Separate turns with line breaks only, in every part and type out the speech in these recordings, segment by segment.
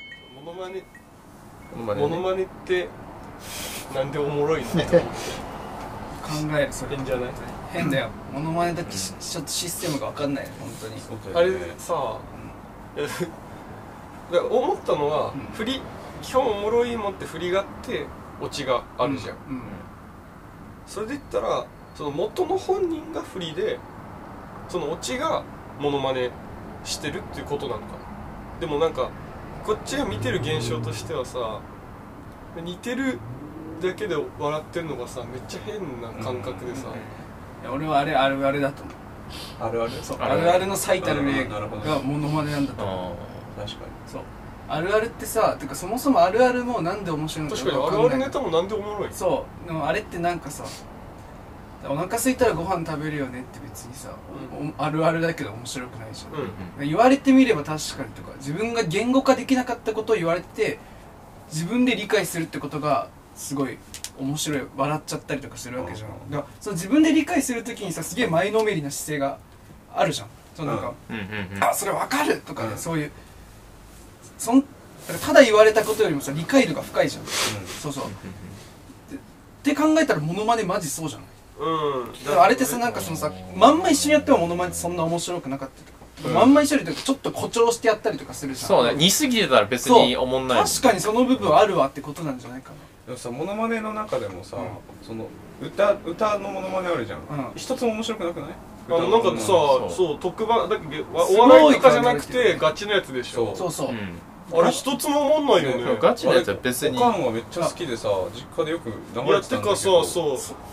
マネ
モノマネね
モノマネってなんでおもろいのって思
考えるそれ
ってんじゃない
変だよモノマネだけしちょっとシステムが分かんない本当に
あれさいやだから思ったのは、
うん
振り基本おもろいもんって振りがあってオチがあるじゃん、
うん
それで言ったらその元の本人が振りでそのオチがモノマネしてるっていうことなのかなでもなんかこっちが見てる現象としてはさ似てるだけで笑ってるのがさめっちゃ変な感覚でさ、
いや俺はあれあるあれだと思う
あるある
そう
あ
あ
るある
るあるの最たる例
なるほど
がモノマネなんだと思う
あ
確か
そうあるあるってさてかそもそもあるあるもなんで面白いのか
確かに
わ
あ
か
るある
んない
ネタもなんでおもろい
そうでもあれってなんかさお腹空いたらご飯食べるよねって別にさ、おあるあるだけど面白くないじゃん、
うん
言われてみれば確かにとか自分が言語化できなかったことを言われて自分で理解するってことがすごい面白い笑っちゃったりとかするわけじゃんだからその自分で理解するときにさすげえ前のめりな姿勢があるじゃんそのなんか、
うんうんうん
あそれわかるとかね、
うん
そういうそんだからただ言われたことよりもさ理解度が深いじゃん、そうそうって考えたらモノマネマジそうじゃない
うん
だからあれってさなんかそのさまんま一緒にやってもモノマネってそんな面白くなかったりとか、まんま一緒にとかちょっと誇張してやったりとかするじゃん
そうね似すぎてたら別に
そう
おもんない
確かにその部分あるわってことなんじゃないか
にでもさモノマネの中でもさ、
うん
その歌歌のモノマネあるじゃん、
うん
一つも面白くなくない
あのなんかさ
そう
そう特番だっけわ
す
お
ごい
笑いとかじゃなく
考えて
て
る
ガチのやつでし
な
ょ
そ
そうそう、
う
あれ一つも思んないよ
ん
ね
ガチのやつは別に
おかんはめっちゃ好きでさ実家でよく流
や
れ
ってて
たんだけど
かさそう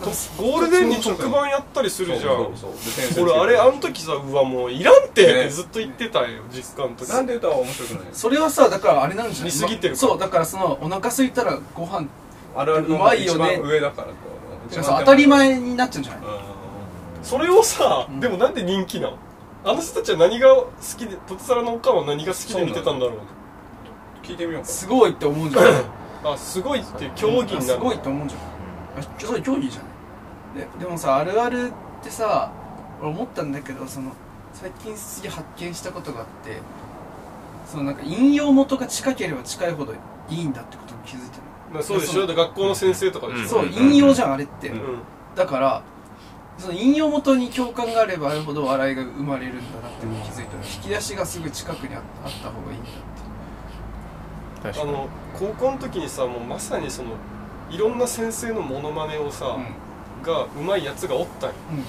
とゴールデンに特番やったりするじゃん
そうそうそうで先生
俺あれあの時さうわもういらんってって
ね
ずっと言ってたんよ実家の時
なんで歌は面白くないの
それはさだからあれなんじゃない
似すぎてるから
そうだからそのお腹空いたらご飯
あるあるの
うま
が
いよ
一
ね
番上だからこう
そう当たり前になっちゃうんじゃない
それをさ
うん
でもなんで人気なのあの人たちは何が好きでポテサラのおかんは何が好きで見てたんだろう
聞いてみようか
すごいって思うんじゃない
あすごいって競技にな
す
る
ごいって思うんじゃないあそれ競技じゃないででもさあるあるってさ俺思ったんだけどその最近すげえ発見したことがあってそのなんか引用元が近ければ近いほどいいんだってことに気づいて
なそうでしょで学校の先生とかで
る、
しょ
そう引用じゃんあれって、
うん
うん
だからその引用元に共感があればあるほど笑いが生まれるんだなって気づいたの引き出しがすぐ近くにああった方がいいんだっ
確
あ
かに
の高校の時にさもうまさにそのいろんな先生のモノマネをさ、
て
がうまいやつがおったんよ
うんうん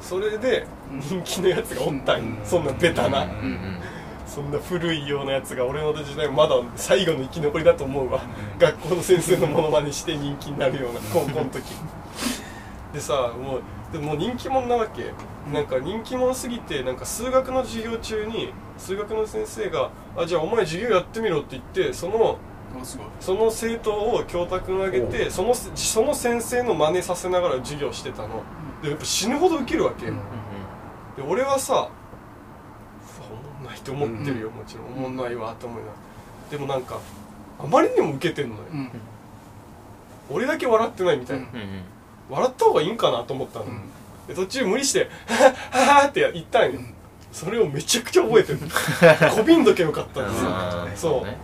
それで
うん
人気のやつがおったんよ、
うん
そんなベタな、
うん
うんうん
そんな古いようなやつが俺の時代まだ最後の生き残りだと思うわ、学校の先生のモノマネして人気になるような高校の時でさもうでももう人気者なわけなんか人気者すぎてなんか数学の授業中に数学の先生が「あじゃあお前授業やってみろ」って言ってその
おすごい
その生徒を教託にあげてそのその先生の真似させながら授業してたのでやっぱ死ぬほどウケるわけ、
うん
で俺はさうわおもんないって思ってるよ、もちろんおもんないわと思いながらでもなんかあまりにもウケてんのよ、
うん
俺だけ笑ってないみたいな、
うん
うんうん
笑った方がいいんかなと思ったの、
うん
で途中無理して「はははは」って言ったんよ、
うん
それをめちゃくちゃ覚えてるこびんどけよかったんですよ
あー
そう
ね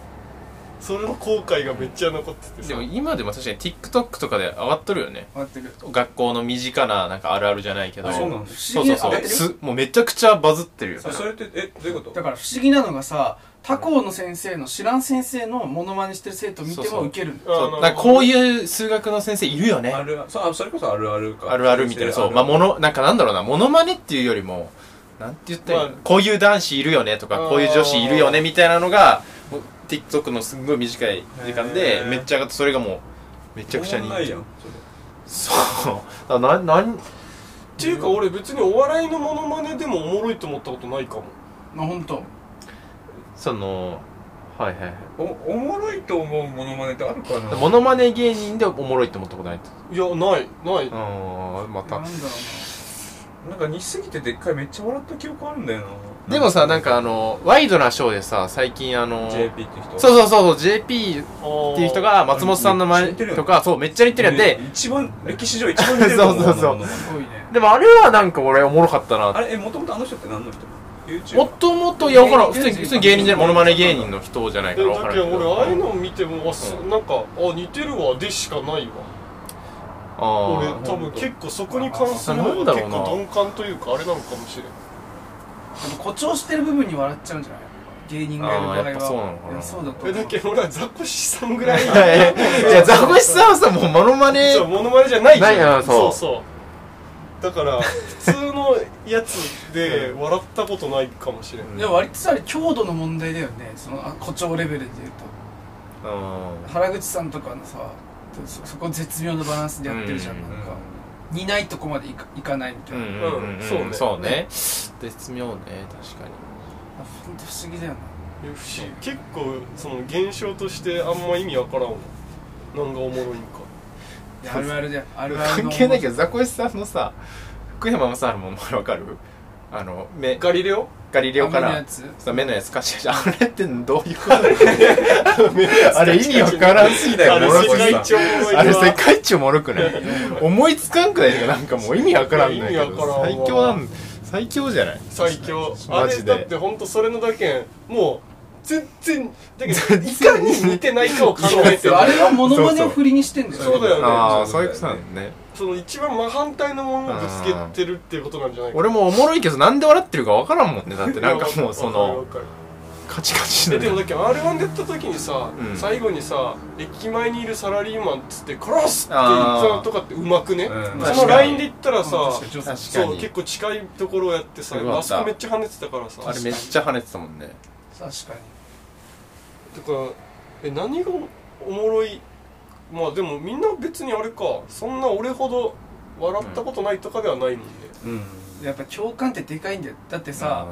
それの後悔がめっちゃ残っててさ
でも今でも確かに TikTok とかで上がっとるよね
上がってる
学校の身近ななんかあるあるじゃないけど
あそうなんだ
そうそうそう
不思議な
すもうめちゃくちゃバズってるよ
そそれってえどういうこと
だから不思議なのがさ他校の先生の知らん先生のモノマネしてる生徒見てもウケるんだよ
あ
そう
の
なんかこういう数学の先生いるよね
あるあそうあそれこそあるあるか
あるあるみたいなそうまあものなんかなんだろうなモノマネっていうよりもなんて言ったらいいの、
まあ
こういう男子いるよねと
あ
か
ー
こういう女子いるよねみたいなのがもう TikTok のすんごい短い時間
へ
で
ー
めっちゃ上がってそれがもうめちゃくちゃ人
おもんない
気
やんそれ
そうだからななん
っていうか俺別にお笑いのモノマネでもおもろいと思ったことないかも
まあ本当
そのはいはいはい
おおもろいと思うモノマネってあるかな
モノマネ芸人でおもろいって思ったことないと
いやないない
ああま
なんだろう
た
な
なんか似すぎてでっかいめっちゃ笑った記憶あるんだよな
でもさなんかあのワイドなショーでさ最近あの
JP って人
そうそうそうそう JP っていう人が松本さんの
め
前
っちゃ似てるよ
とかそうめっちゃ似てるやんで
ね一番歴史上一番似てると思
そうそうそう
あの
すごいね
でもあれはなんか俺おもろかったな
あれえもともとあの人って何の人
も
YouTube
ともといや分からん
芸
普
人
通に普通に芸人じゃないモノマネ芸人の人じゃないか
で
ら
だ
分から
け
んけ
ど
ど
俺ああいうのを見てもあそうなんかあ似てるわでしかないわ俺
あ
多分結構そこに関する
あな
の
んだ
が
ろ
結
うな
構鈍感というかあれなのかもしれない
誇張してる部分に笑っちゃうんじゃない芸人がいる場合
あーやっぱそうなのかない
やそうだと
え
思う
だけど俺はザコシさんぐらい
あいやいやいやザコシさんはさもうモノマネ
そうモノマネじゃないじ
ない
ゃ
よ
ん
そう
そうだから普通のやつで笑ったことないかもしれない
でも割とさ強度の問題だよねそのあ誇張レベルでいうと
うん
原口さんとかのさそそこ絶妙なバランスでやってるじゃん
う
なん
ん
か似ないとこまでいかいかないみたいな、
うんうん
うん
うん
そうね
そうね絶妙ね確かに
あほんと不思議だよな
不思議結構その現象としてあんま意味わからんわ何がおもろいんか
いやあるあるだよあるある
関
の
係ないけどザコシさんのさ福山雅治もわかるあの目
ガリレオ
ガリレオか
雨のや
ら
つ
さ目のやつかしらあれってどういうこと あれ意味わからんすぎだ
あ
よ
れ
モロコ
世
さ
界
ん
一おもろいわ
あれ世界一おもろくない思いつかんくないなんかもう意味わからんねんけ
いや意味わから
ど
んわ
最強なん最強じゃない
最強あ
マ
れ
ジで
だってほんとそれのだけんもう全然だけどいかに似てないかを考えてる
あれはモノマネを振りにしてんだよ
そうだよね
ああそういうことなんだね
その一番真反対のものをぶつけてるっていうことなんじゃないか
俺もおもろいけどなんで笑ってるかわからんもんねだってなんかもうそ
わ
の
かるわかる
カチカチ
え
の
でもだっけ R1 でやった時にさ、
うん
最後にさ駅前にいるサラリーマンっつって「殺す!」って言ったのとかってうまくね、
うん
そのラインで言ったらさ、
確かに
確か
そう
に
結構近いところをやってさ
よかった
あそこめっちゃ跳ねてたからさ
あれめっちゃ跳ねてたもんね
確かに
だからえ何がおもろいまあでもみんな別にあれかそんな俺ほど笑ったことないとかではないもんね、
うん
やっぱ共感ってでかいんだよだってさ、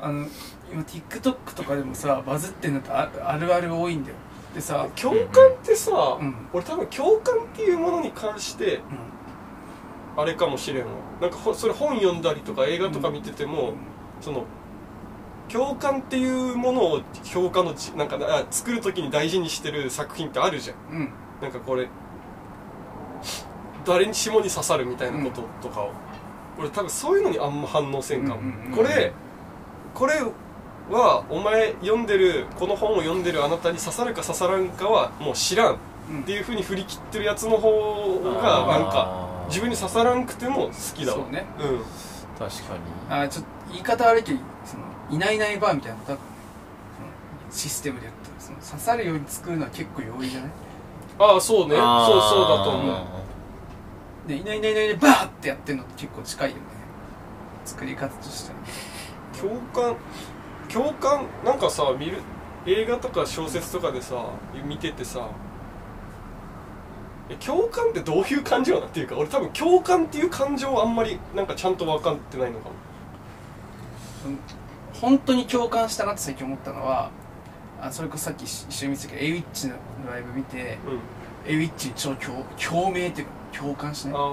あの今 TikTok とかでもさバズってんのってああるある多いんだよでさ、うん
共感ってさ、
うん
俺多分共感っていうものに関してあれかもしれんわなんかほそれ本読んだりとか映画とか見てても、その共感っていうものを評価のじなんかあ作る時に大事にしてる作品ってあるじゃん
うん、
なんかこれ誰にしもに刺さるみたいなこととかを、俺多分そういうのにあんま反応せんかも、
うんうんうん
これこれはお前読んでるこの本を読んでるあなたに刺さるか刺さらんかはもう知らんっ
うん
ていうふうに振り切ってるやつの方がなんか
か
自分に刺さらんくても好きだわ
そうね
うん
確かに
あーちょっと言い方悪いけどそのいないいないばーみたいなの多分ねそのシステムでやったらその刺さるように作るのは結構容易じゃない
ああそうねそう
あー
そうだと思
でいないいないいないばーってやってるのって結構近いよね作り方としては
う共感共感なんかさ見る映画とか小説とかでさ見ててさえ共感ってどういう感情なっていうか俺多分共感っていう感情をあんまりなんかちゃんと分かってないのかも
本当に共感したなって最近思ったのはあそれこそさっき一緒に見てたけどエイウィッチのライブ見て
うん
エイウィッチに超共共鳴っていうか共感しない
あ
あ
ー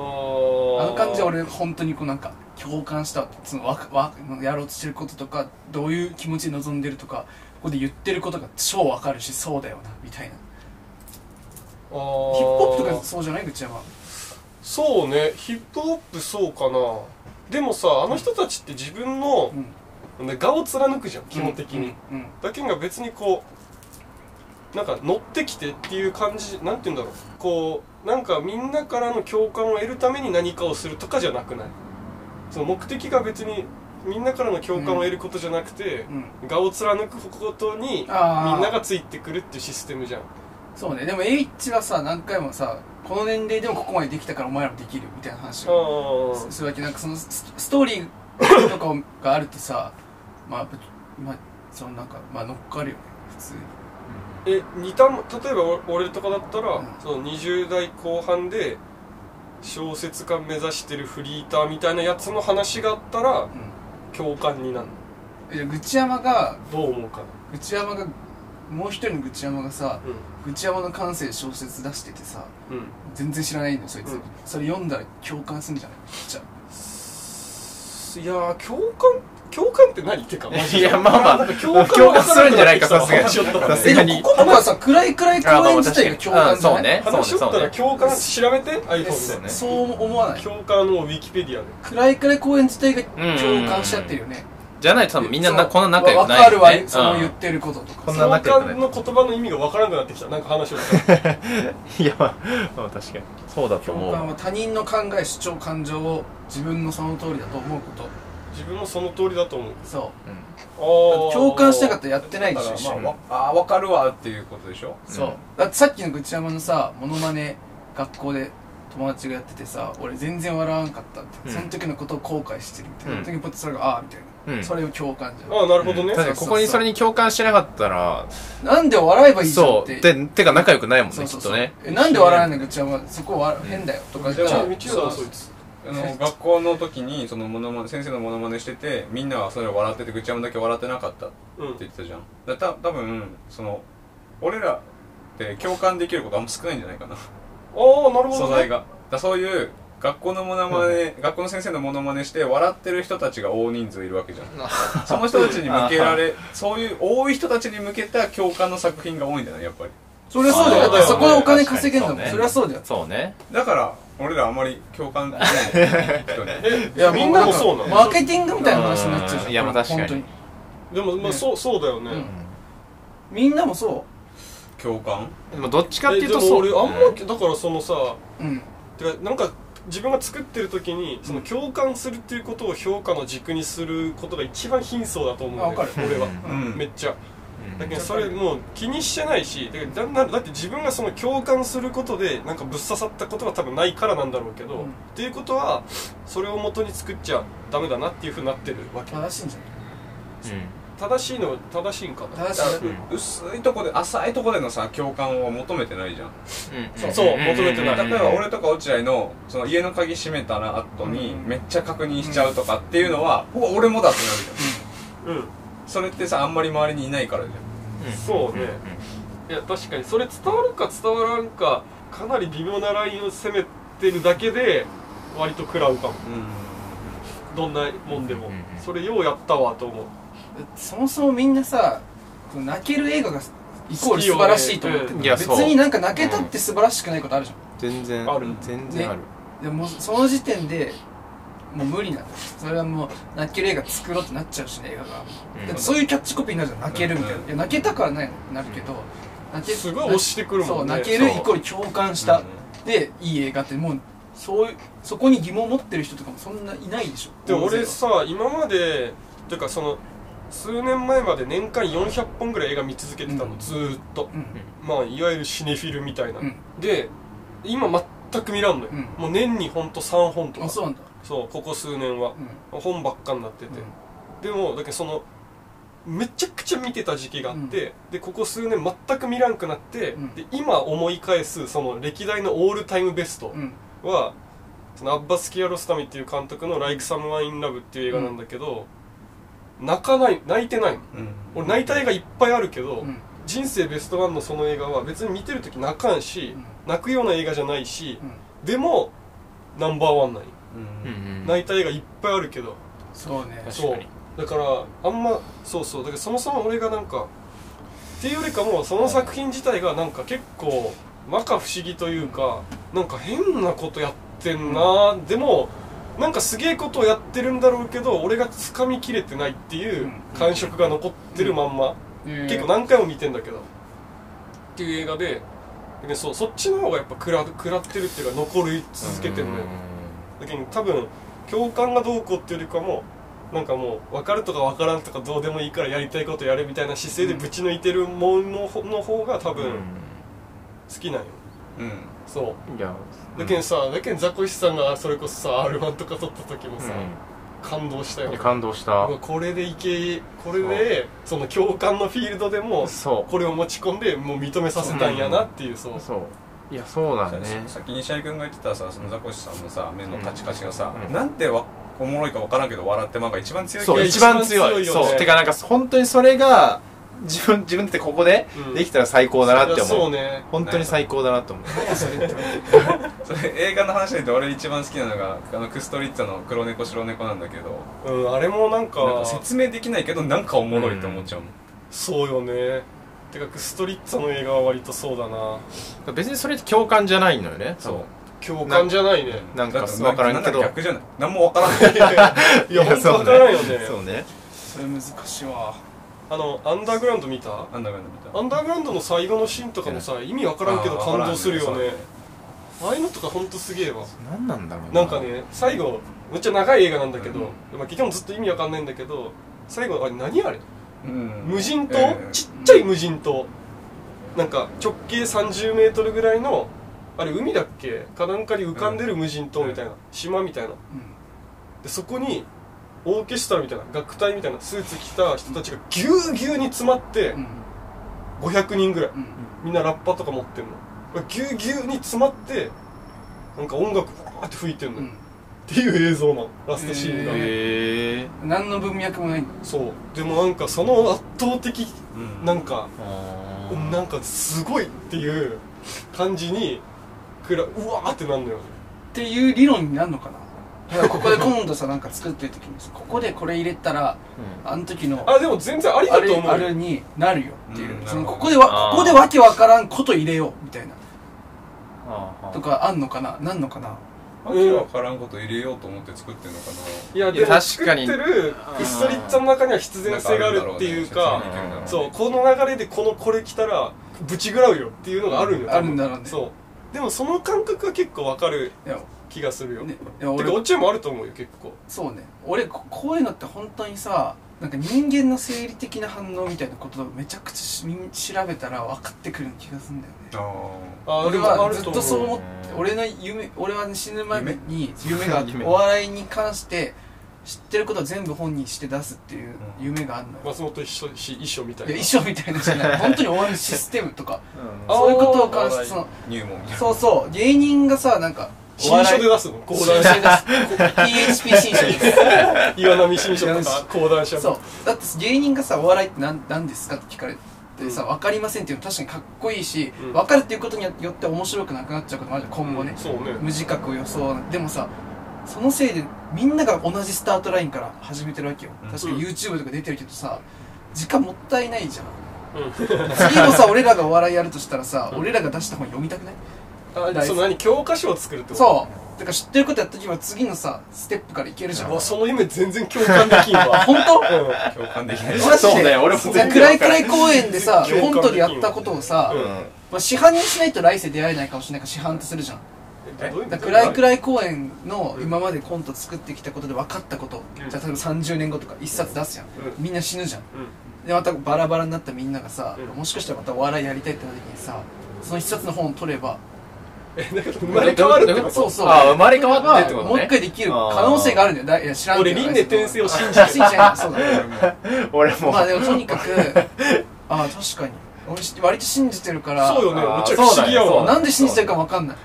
の感じは俺本当にこうなんか共感したわそのわかわやろうとしてることとかどういう気持ちで臨んでるとかここで言ってることが超わかるしそうだよなみたいな
あー
ヒップホップとかそうじゃない口山
そうねヒップホップそうかなでもさあの人たちって自分の
うん
ね我を貫くじゃん基本的に、
うんうん
だけが別にこうなんか乗ってきてっていう感じなんて言うんだろうこうなんかみんなからの共感を得るために何かをするとかじゃなくないその目的が別にみんなからの共感を得ることじゃなくて、
うん
我を貫くことにみん
あー
ながついてくるっていうシステムじゃん
そうねでもエイッチはさ何回もさこの年齢でもここまでできたからお前らもできるみたいな話
あ
を
ー
するわけなんかそのスストーリーとかをがあるとさまあぶまあそのなんかまあ乗っかるよね普通に
え似たも例えばお俺とかだったら、
うん
その20代後半で小説家目指してるフリーターみたいなやつの話があったら
うん
共感になる
えじゃあ口山が
どう思うかな
口山がもう一人の口山がさ口山の感性小説出しててさ
うん、うん、
全然知らないんだよそいつ、
うん
それ読んだら共感するんじゃないじゃあ
いやー共感共感って何ってかマジ
い
で
やまあまあ
なんか共
共感
感
するんじゃないかさすがに
話しよったら
さす
え
が
で
に
もここ僕はさ暗い暗い
あま
公
あ
演自体が
確か
共
に
感じゃない、
あそうね
話しよった
そう
ら
ね
共感調べて iPhone で
ね
そう思わない
共感のウィキペディアで
暗い暗い公演自体が共感しちゃってるよね、
そうね
じゃないと多分みんなな
そう
こんな仲良くない
わかるわ
よね
その
うん
言ってることとか
こん
そ
な
の
仲良くな
間
い
の言葉の意味がわからなくなってきたなんか話を して
いやまあまあ確かにそうだと思
共感
う
は他人の考え主張感情を自分のその通りだと思うこと
自分もその通りだと思う
そ
うん
あ
う共感したかったらやってないでしょ
だ
一
か
緒
ら
に
まあわ
ああ分かるわっていうことでしょ
そう、だってさっきの内山のさモノマネ学校で友達がやっててさ俺全然笑わんかったって、
うん
その時のことを後悔してるみたいな、
うん
その時ポテサラが「ああ」みたいな、
うん
それを共感じゃ
ああなるほどね、
確かにここにそれに共感してなかったら
んなんで笑えばいいじゃんっ
そう
て
でてか仲良くないもん
そ
ね
う
き
そう
っ
そ
と
う
ね
えなんで笑わないんだ内山そこは変だよとかじゃ
めっちゃ
あ
う
道枝
ん
だそいつ
あの学校の時にそのモノマネ先生のモノマネしててみんなはそれを笑っててぐちゃんだけ笑ってなかったって
うん
言ってたじゃんだた多分その俺らって共感できることあんま少ないんじゃないかな
ああなるほ
素
ど
材
ね
がだそういう学校のモノマネ、学校の先生のモノマネして笑ってる人たちが大人数いるわけじゃんその人たちに向け られそういう多い人たちに向けた共感の作品が多いんだよねやっぱり
それはそうだよだってそこでお金稼げんだもん
確かに
それはそうだよ
そうね
だから俺らあんまり共感できない人に
いや
みんなもそうなの
マーケティングみたいな話になっちゃうじゃ
うんんいやまあ確かに
本当に
でもまあ
ね
そうそうだよね、
うんみんなもそ
共感
でもどっちかっていうと
えでも
そう
俺あんまだからそのさ
ううん
てかなんか自分が作ってる時にその共感するっていうことを評価の軸にすることが一番貧相だと思うんだよ
あわかる
俺は
う
めっ
ん
ちゃ
うん
だけどそれもう気にしてないしだけどだんだんだって自分がその共感することでなんかぶっ刺さったことは多分ないからなんだろうけど、
うん
っていうことはそれを元に作っちゃダメだなっていうふうになってるわけ
正しいんじゃない
正しいの正しいんかな
正しい
うん
薄いとこで浅いとこでのさ共感を求めてないじゃん
うん
そう
うん
求めてない
例えば俺とか落合のその家の鍵閉めたら後にめっちゃ確認しちゃうとかっていうのは、うわ俺もだってなるじゃん
うん
それってさあんまり周りにいないからじゃん
そうね、いや確かにそれ伝わるか伝わらんかかなり微妙なラインを攻めてるだけで割と食らうかもどんなもんでも、
うんうんうん
それようやったわと思う
そもそもみんなさ泣ける映画がイコール素晴らしいと思って
好
る
きよねうん
いや
別
そう
になんか泣けたって素晴らしくないことあるじ
全然
ある
全然ある
ゃんでもその時点でもう無理なんだよそれはもう泣ける映画作ろうってなっちゃうしね映画が、
うん
だってそういうキャッチコピーになるじゃん泣けるみたいな、
うん
いや泣けたからないのなるけど、泣け
すごい押してくるもんね
そう泣けるイ
そう
コール共感した、でいい映画ってもうそういうそこに疑問を持ってる人とかもそんないないでしょ
でも
大勢
俺
は
さ今までてかその数年前まで年間400本ぐらい映画見続けてたの、
うん
ずーっと
うん
まあいわゆるシネフィルみたいな、
うん
で今全く見らんのよ、
うん
もう年にほんと3本と
あ
か
そうなんだ
そうここ数年は
う、ん
本ばっかになってて、でもだけどそのめちゃくちゃ見てた時期があって、でここ数年全く見らんくなって、
うん
で今思い返すその歴代のオールタイムベスト
うん
は、そのアッバス・キアロスタミっていう監督の「Like Someone in Love」っていう映画なんだけど、泣かない泣いてないの
うん
俺泣いた映画いっぱいあるけど、
うんうん
人生ベストワンのその映画は別に見てる時泣かんし、
うん
泣くような映画じゃないし
うん
でもナンバーワンなんよ
うん
うん
泣いた映画いっぱいあるけど、
そうね
確
そ
か
う
に
だからあんまそうそうだからそもそも俺がなんかっていうよりかもその作品自体がなんか結構摩訶不思議というかなんか変なことやってんな、でもなんかすげえことをやってるんだろうけど俺が掴みきれてないっていう感触が残ってるまんま、結構
な
何回も見てんだけどっていう映画ででねそうそっちの方がやっぱ食ら食らってるっていうか残り続けてるのよだけど多分共感がどうこうっていうよりかもなんかもう分かるとか分からんとかどうでもいいからやりたいことやれみたいな姿勢でぶち抜いてるもののの方が多
う
分好きなんよ、
うん
そ
んいや
うだけどさ、だけどザコシさんがそれこそさ r 1とか撮った時もさ、感動した
うん
よ
いや感動した
うわこれでいけこれでその共感のフィールドでも
そ
これを持ち込んでもう認めさせたんやなっていうそう
うそういやそうだね
ささっき西井君が言ってたさそのザコシさんのさ目のカチカチがさ、
うん
なんてわおもろいかわからんけど笑ってまんが一番強い
そう
いや
一番強い
一番強いよね
そうてかなんか本当にそれが自分自分ってここで
うん
できたら最高だなって
そ
思
う
う
ね
本当に最高だなと思う
それ映画の話で言うと俺一番好きなのがあのクストリッツァの黒猫白猫なんだけど
うんあれもなんか
なんか説明できないけどなんかおもろいと思っちゃうもん、
そうよねてかストリッツァの映画は割とそうだな
別にそれって共感じゃないのよね
そう
共感じゃないね
なん
だ
か
って
わからんけ ど
なんか逆じゃない何もわからん
いや本当
そう
分からんよね
そうね
それ難しいわ
あのアンダーグラウンド見た
なんだかんだ見た
アンダーグラウンドの最後のシーンとかもさ意味わからんけど感動するよねああいうのとかほんとすげえわ
何なんだろう
なんかね最後めっちゃ長い映画なんだけど、
うん
まあ、結局もずっと意味わかんないんだけど最後あれ何あれ無
無
人島、ちっちゃい無人島なんか直径3 0ルぐらいのあれ海だっけかなんかに浮かんでる無人島みたいな、島みたいな
う
でそこにオーケストラみたいな楽隊みたいなスーツ着た人たちがぎゅうぎゅうに詰まって
んうん
500人ぐらい
うん
みんなラッパとか持ってんのぎゅうぎゅうに詰まってなんか音楽わーって吹いてんのよ、
う
っ
ん
ていう映像なのラストシーンが、
へえ
何の文脈もないんだ
そうでもなんかその圧倒的
うん
なんか
あー
なんかすごいっていう感じにくらうわーってなんのよ
っていう理論になるのかなだからここで今度さなんか作ってる時にさここでこれ入れたらあの時の
あでも全然あり
あ
だと
れ
思
あ
うよ
れになるよっていう、
うん
その
なるほど
ここでわ
あー
ここでわけわからんこと入れようみたいな
あーあー
とかあんのかななんのかな
わけわからんこと入れようと思って作ってんのか
いや
い
で
や
も
確
作
か
っ
に
てるうっそりっちゃんの中には必
な
然
なんかあ
性があ
ん
る
だろ
っ
う
て
ね
いう
説明
か
できるんだろね
そうこの流れでこのこれ来たらぶち食らうよっていうのがあるんよ多分
あるんだろうね
そうでもその感覚は結構わかる
いや,、
気がするよ、
ね、いや
てか
俺
おちゅうもあると思うよ結構
そうね俺ここういうのって本当にさなんか人間の生理的な反応みたいなことをめちゃくちゃしみん調べたら分かってくる気がするんだよね
な
あ
俺はずっとそう
う
思って俺の夢俺は、ね、死ぬ前に夢
夢
があって
夢
お笑いに関して知ってることを全部本にして出すっていう夢があるのよ、
松本一緒し衣装みたい
い
な
や衣装みたいなのじゃない本当にお笑いのシステムとか
うん
あ
そういうことを関し
あ
て
ー
その
入門みたい
そうそう芸人がさなんかお
新
笑
書
い
で出すの講
新
談社
書です PHP 新書です
岩波新書とか講談社
そうだって芸人がさ「お笑いって何何ですか?」って聞かれてさ「
うん
分かりません」っていうの確かにかっこいいし、
うん
分かるっていうことによって面白くなくなっちゃうこともあるじゃん今後ね、
そうね
無自覚を装うでもさそのせいでみんなが同じスタートラインから始めてるわけよ
うん
確かに YouTube とか出てるけどさ時間もったいないじゃん
うん
次もさ俺らがお笑いやるとしたらさ俺らが出した本読みたくない
あその何教科書を作るってこと
そうだから知ってることやっとけば次のさステップからいけるじゃん
わその夢全然共感できんわ
本当
う
な共感できない
マジで
そうだよ俺も全然
暗い暗い公園でさ
全然
コントでやったことをさ、
うん
まあ、市販にしないと来世出会えないかもしれないから市販とするじゃん
んどういう意味
だから暗い暗い公園の今までコント作ってきたことで分かったこと、
うん
じゃあ例えば30年後とか1冊出すじゃん、
う
みんな死ぬじゃん
うん
でまたバラバラになったみんながさ、
うん
もしかしたらまたお笑いやりたいってなった時にさその1冊の本を取れば
えだから生まれ変わるってこと
そうそう
あー生まれ変わってってことね
もう一回できる可能性があるんだよだいや知らんけ
俺
ど
輪廻転生を信じ
あ
る
信じてないそうだね
俺も
まあでもとにかくああ確かに俺し割と信じてるから
そうよね
あー
めっちゃ不思議や
そうだ
わ
よ
なんで信じてるか分かんない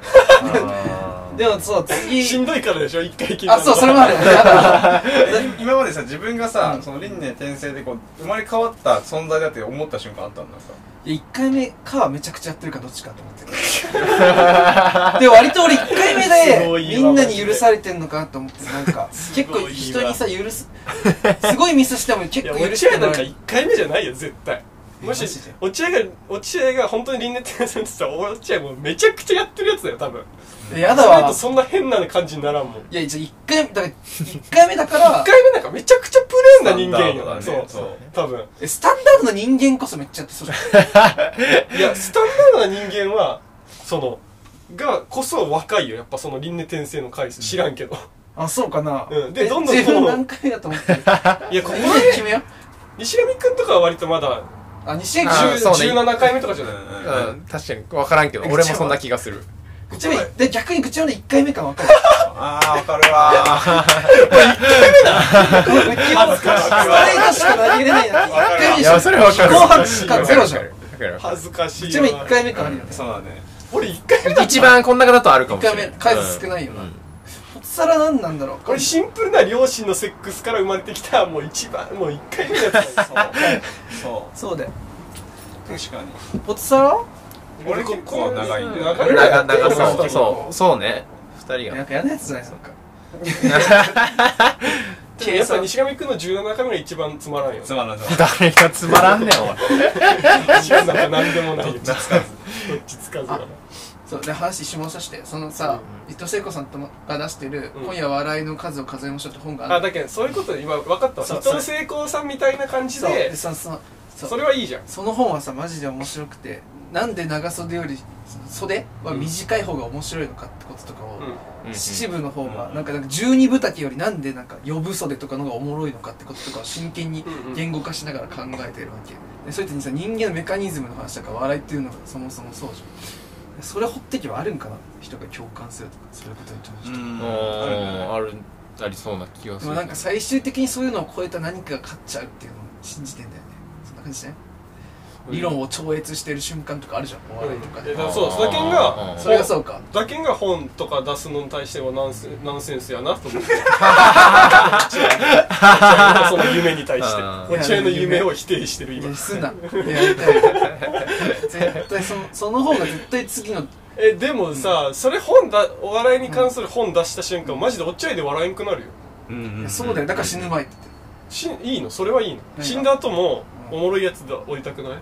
あー
でもそう
しん
次
どいからでしょ一回聞いた
あそうそれもあるやだ
今までさ自分がさ、
うん
その輪廻転生でこう生まれ変わった存在だって思った瞬間あったんださ
1回目かはめちゃくちゃやってるかどっちかと思 ってるで割と俺1回
すご
目で
い
み
わ
んなに許されてんのかなと思ってなんか結構人にさ許すすごいミスしても
い
結
や
構許し
落
て
合な
もら
ん
う
か一回目じゃないよ絶対
え
もし
マジで
落合が落合が本当に輪廻転生って言ったら落合もうめちゃくちゃやってるやつだよ多分
いややだ
そうなる
わ
とそんな変な感じにならんもん
いやじゃあ1回目だから1回目だから
一回目なんかめちゃくちゃプレーンな人間よ、
スタンダードだ
そ
ね
う多分
えスタンダードの人間こそめっちゃやってそうじゃん
いやスタンダードな人間はそのがこそ若いよやっぱその輪廻転生の回数知らんけど
あ、そうかな。
うんでどんどん
自分
こう
何回だと思って る。
いやここ
今で決
で
めよう。
西上くんとかは割とまだ
あ、西駅
あー
10
中。
そうね
17回目とかじゃない
うん
うん確かに分からんけど俺もそんな気がする
口まで、逆に口まで1回目か分かる。
ああわかるわ
基本、ストレートしか投げれないな。1回目
い
でし
や
ょ。
それ分かる
後半しかゼロじゃん。
分かる分か
恥ずかしい
口まで1
わ
回目かあるよね。
そうだね
俺一回
る一番こん中だとあるかもしれない
一回目回数少ないよなポッサラ何なんだろう。
これシンプルな両親のセックスから生まれてきたもう一番もう一回目のやつだよ
そ
そうだよ。
う 確かに
ポッサラ
俺結構長いんだよ
長い
俺らが長
長
そ
そうう
そうそうね二人
な
が
んか嫌なやつじゃないそっか。
でもやっぱ西上くんの17回目が一番つまらんよ
つまらない
誰がつ まらんねんおい
一番なんか何でもないよどっちつかずどっちつかずだな
そうで話一緒に戻させてそのさ、伊藤聖子さんともが出してる「
うん
今夜笑いの数を数えましょう」って本が
あ
ある
だけどそういうことで今分かったわ
そう
伊藤聖光さんみたいな感じ
そう
で
でさその
そ
そう
れはいいじゃん
その本はさマジで面白くてなんで長袖より袖は短い方が面白いのかってこととかを、
うん
七部の方がなんかなんか十二分丈よりなんでなんか呼ぶ袖とかの方がおもろいのかってこととかを真剣に
うんうん
言語化しながら考えてるわけでそうやってさ人間のメカニズムの話だから笑いっていうのがそもそもそうじゃんそれ掘ってけばあるんかな人が共感するとかそういうこと
う
に対して、
んあるね
あるありそうな気がす
でも
る
なんか最終的にそういうのを超えた何かが勝っちゃうっていうのを信じてんだよねそんな感じね理論を超越してる瞬間とかあるじゃんお笑いとか
うん
で
えだからそうそうだけんが
うん
それがそうか
だけんが本とか出すのに対してはナンセナンセンスやなと思って 違う違うその夢に対して
あー
落合の夢を否定してる
い
今
やすんなやりたい絶対そのその方が絶対次の
えでもさ、それ本だお笑いに関する本出した瞬間、マジでおっちゃいで笑えんくなるよ
うんうん
い
うん
やそうだよだから死ぬ前って言って
しいいのそれはいいの
が
死んだ後も
うん
おもろいやつでおりたくない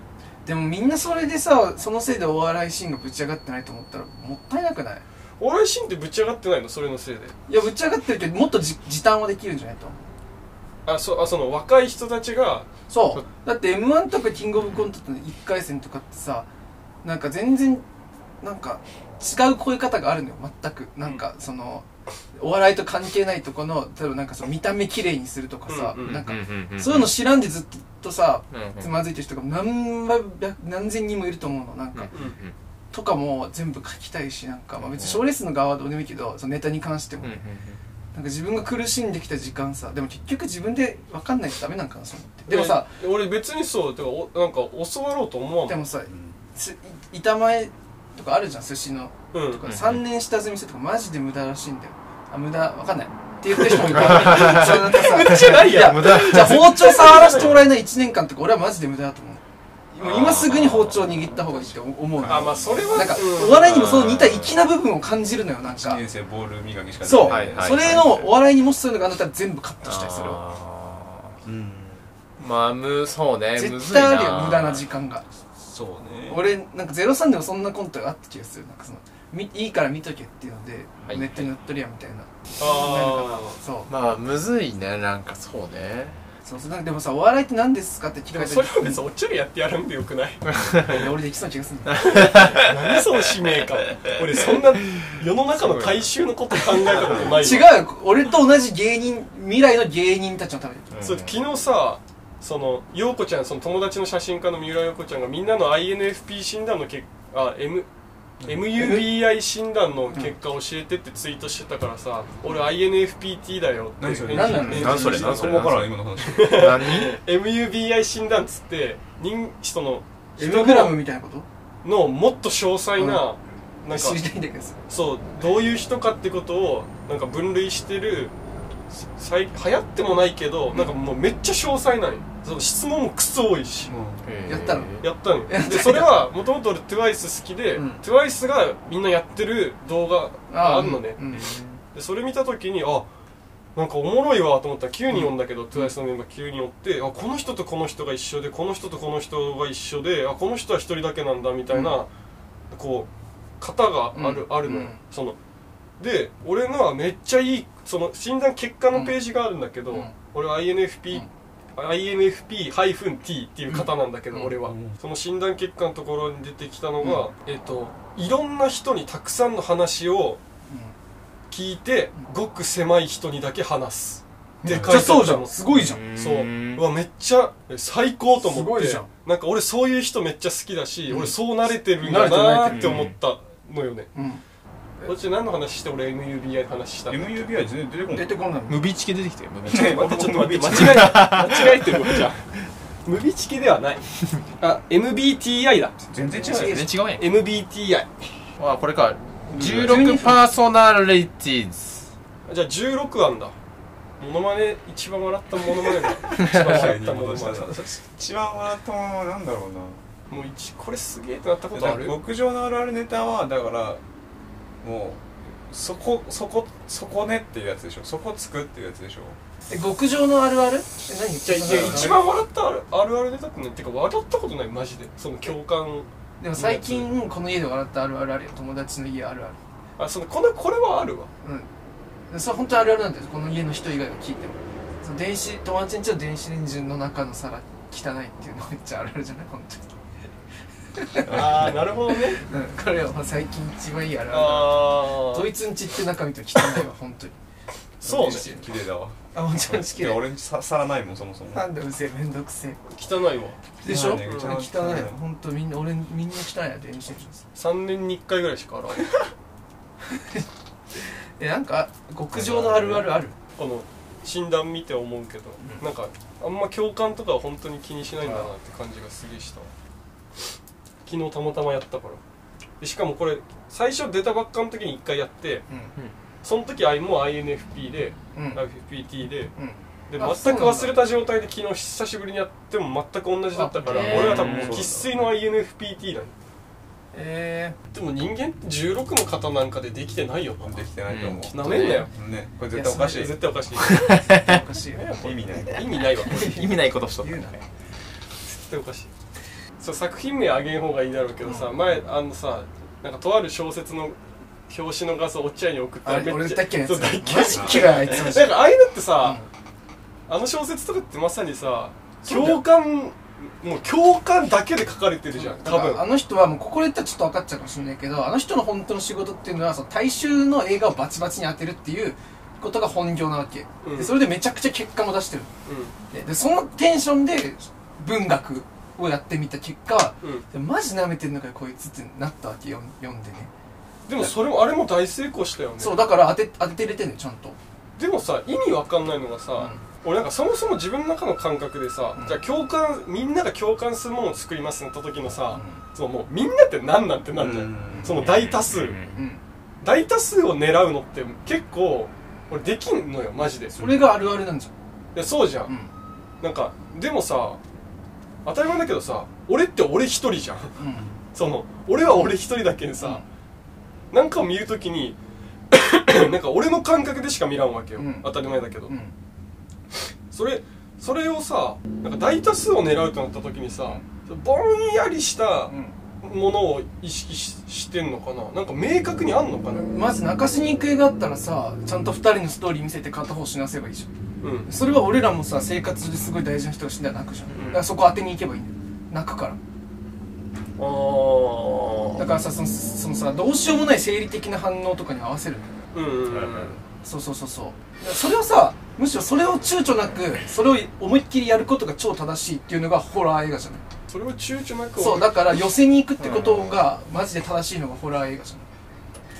でもみんなそれでさそのせいでお笑いシーンがぶち上がってないと思ったらもったいなくない
お笑いシーンってぶち上がってないのそれのせいで
いやぶち上がってるけどもっとじ時短はできるんじゃないと思う
あそあその若い人たちが
そうだって m 1とかキングオブコントの1回戦とかってさなんか全然なんか違う超え方があるのよ全くなんかそのお笑いと関係ないとこの例えばなんかその見た目綺麗にするとかさ、
うんうんうん
なんか
ん
そういうの知らんでずっとさ
うんうん
つまずいてる人が何万百何千人もいると思うのなんか、とかも全部書きたいしなんか、まあ、別に賞レースの側はどうでもいいけどそのネタに関しても、
うんうんうん
なんか自分が苦しんできた時間さでも結局自分で分かんないとダメなんかなそう思ってでもさ、
え俺別にそうてかおなんか教わろうと思わん
で
もん
もさ
うん
すい板前とかあるじゃん寿司の
うん
とか、
うん
3年下積みしてとかマジで無駄らしいんだよあ無駄分かんないって言ってる人もいるからそうなんかさ
無駄じゃないやん
や
無駄
じゃあ包丁触らせてもらえない1年間とか俺はマジで無駄だと思うもう今すぐに包丁握った方がいいって思うの
あまあそれは
なんか
うん
お笑いにもその似た粋な部分を感じるのよなん
1
か
年生ボール磨きしか
そう、
はいはい
それのお笑いにもしそういうのがあったら全部カットしたいそれを
あ
うん
ーまあむそうねむ
絶
ずい
対
な
あるよ無駄な時間が
そうね
俺なんか03でもそんなコントがあった気がするなんかそのみいいから見とけっていうので、
はい
ネットに載ってるやんみたいな
あ
そう
まあむずいねなんかそうね
そうそうなんかでもさお笑いって何ですかって聞
ーで
か
も
れて
それは別におっちゃいやってやるんでよくない
いや俺できそうな気がするんだよ
何その使命感 俺そんな世の中の大衆のこと考えたことないよ
違うよ俺と同じ芸人未来の芸人たちのために
そう 昨日さその陽子ちゃんその友達の写真家の三浦陽子ちゃんがみんなの INFP 診断の結果あ、M MUBI 診断の結果教えてってツイートしてたからさ俺 INFPT だよって
何それ
何なの
返事
何それ何それ
わからん今の話
何
MUBI 診断っつって人人の
エ
人
ムグラム
の
みたいなこと
のもっと詳細な,、なんか
知りたいんだけどさ
そうどういう人かってことをなんか分類してる最流行ってもないけどなんかもうめっちゃ詳細なんよその質問もクソ多いし
やったの
やったんよ
やったん
で
や
それはもともと俺 TWICE 好きで、
うん
TWICE がみんなやってる動画があるのね、
うんうん
でそれ見た時にあなんかおもろいわと思ったら9人おんだけど、TWICE のメンバー9人おってあこの人とこの人が一緒でこの人とこの人が一緒であこの人は一人だけなんだみたいな、こう型がある,、
うん
あるのよ、
うん
そので俺のはめっちゃいいその診断結果のページがあるんだけど、
うん
俺 INFP、
うん
INFP-T っていう方なんだけど、
うん
俺は、
うん
その診断結果のところに出てきたのが、えっといろんな人にたくさんの話を聞いて、ごく狭い人にだけ話すって
め
書
っ
い
ち
てあ
ゃ
った
そうじゃ
の
んすごいじゃん
そう
うん
うわめっちゃえ最高と思って
すごいじゃん
なんか俺そういう人めっちゃ好きだし、
うん
俺そう慣れてるんだなーって思ったのよね、
うん
こっち何の話して俺 MUBI の話したの
MUBI 全然出てこな
出
い
てこないもん
ムビチケ出てきたよムビチ
ね
ケ
待ってちょっと待って間違え間違えてるわ じゃあ無ビチ系ではないあ MBTI だ
全然違うよ
全然違うやん
MBTI
あこれか16パーソナリティーズ
じゃあ16案だモノマネ一番笑ったモノマネだ一番笑ったモノマネ
一番笑ったものはなんだろう
も
な
う一これすげえってなったこと
だ
あ
から
る
極上のあるあるネタはだからもうそこそこそこねっていうやつでしょそこつくっていうやつでしょ
え極上のあるあるえ何
じゃあいや一番笑ったあるあるあるネタってねてか笑ったことないマジでその共感
でも最近この家で笑ったあるあるあるよ友達の家あるある
あそのこのこれはあるわ
うんそれ本当あるあるなんだよこの家の人以外は聞いてもその電子友達んちの電子レンジの中の皿汚いっていうのめっちゃあるあるじゃない本
あ あなるほどね
当に、うん、これは最近一番いいあるある
あ
だ
あ
ドイツんちって中見て汚いわ本当に
そうね
綺麗だわ
あもちろん好
い
き
や
だ
俺んちさ皿ないもんそもそも
なんだうぜえめんどくせえ
汚いわ
でしょ、
ね
う
うんち
汚
の
い本当みんな俺みんな汚いや電子レンジ
3年に1回ぐらいしか洗わない
えなんか極上のあるあるある
この診断見て思うけど、なんかあんま共感とかは本当に気にしないんだなって感じがすげえしたわ昨日たまたまやったからでしかもこれ最初出たばっかの時に1回やってその時あいもう INFP で
うんうん
IFPT で
うん
で
あ
全く忘れた状態で昨日久しぶりにやっても全く同じだったから
あへー
俺は多分もう生粋の INFPT だね
え
でも人間って16の型なんかでできてないよな
できてないと思
なめんなよ
うねこれ絶対おかしい
絶対お かしい
ー、おかしいよ
意味ない
意味ないわこれ
意味ないことしとっ た
言うな
絶対おかしいそう作品名あげん方がいいだろうけどさ、前あのさなんかとある小説の表紙の画像を落合に送った
あ
ら
れ
め
俺
っちゃ
大っ嫌いな
そ
や
う大っ嫌
つ
い
マジ嫌いあいつマジ
なんかああいうのって
うん
さ、あの小説とかってまさにさ共感もう共感だけで書かれてるじゃん
だ
多
から
分
あの人はもうここで言ったらちょっと分かっちゃうかもしれないけどあの人の本当の仕事っていうのはその大衆の映画をバチバチに当てるっていうことが本業なわけ、
うん
でそれでめちゃくちゃ結果も出してる
う
ででそのテンションで文学をやってみた結果
ん、うん、
でマジ舐めてんのかよこいつってなったわけよ読んでね
でもそれもあれも大成功したよね
そうだから当て当ててれてんのよちゃんと、
でもさ意味わかんないのがさ、俺なんかそもそも自分の中の感覚でさ、
うん
じゃあ共感みんなが共感するものを作りますなった時のさ、
う
そのもうみんなって何なんてなんじゃん、その大多数、
んうん、
大多数を狙うのって結構俺できんのよマジで
それがあるあるなんじ
いやそうじゃ、
ゃん、うんん
なんかでもさ当たり前だけどさ俺って俺一人じゃん
うん、
その俺は俺一人だけにさ、なんかを見るときに なんか俺の感覚でしか見らんわけよ、
うん
当たり前だけど、
うん
それそれをさなんか大多数を狙うとなった時にさぼんやりした
うん
ものを意識ししてんのかななんか明確にあんのかなうん
まず泣かしに行く映画あったらさちゃんと2人のストーリー見せて片方死なせばいいじゃんそれは俺らもさ生活ですごい大事な人が死んだら泣くじゃんだからそこ当てに行けばいいんだよ泣くから
あー
だからさそのそのさどうしようもない生理的な反応とかに合わせるんだよ
うんうんうん
そうそうそうそうだからそれをさむしろそれを躊躇なくそれを思いっきりやることが超正しいっていうのがホラー映画じゃない
それを躊躇なく
そうだから寄せに行くってことがマジで正しいのがホラー映画じゃない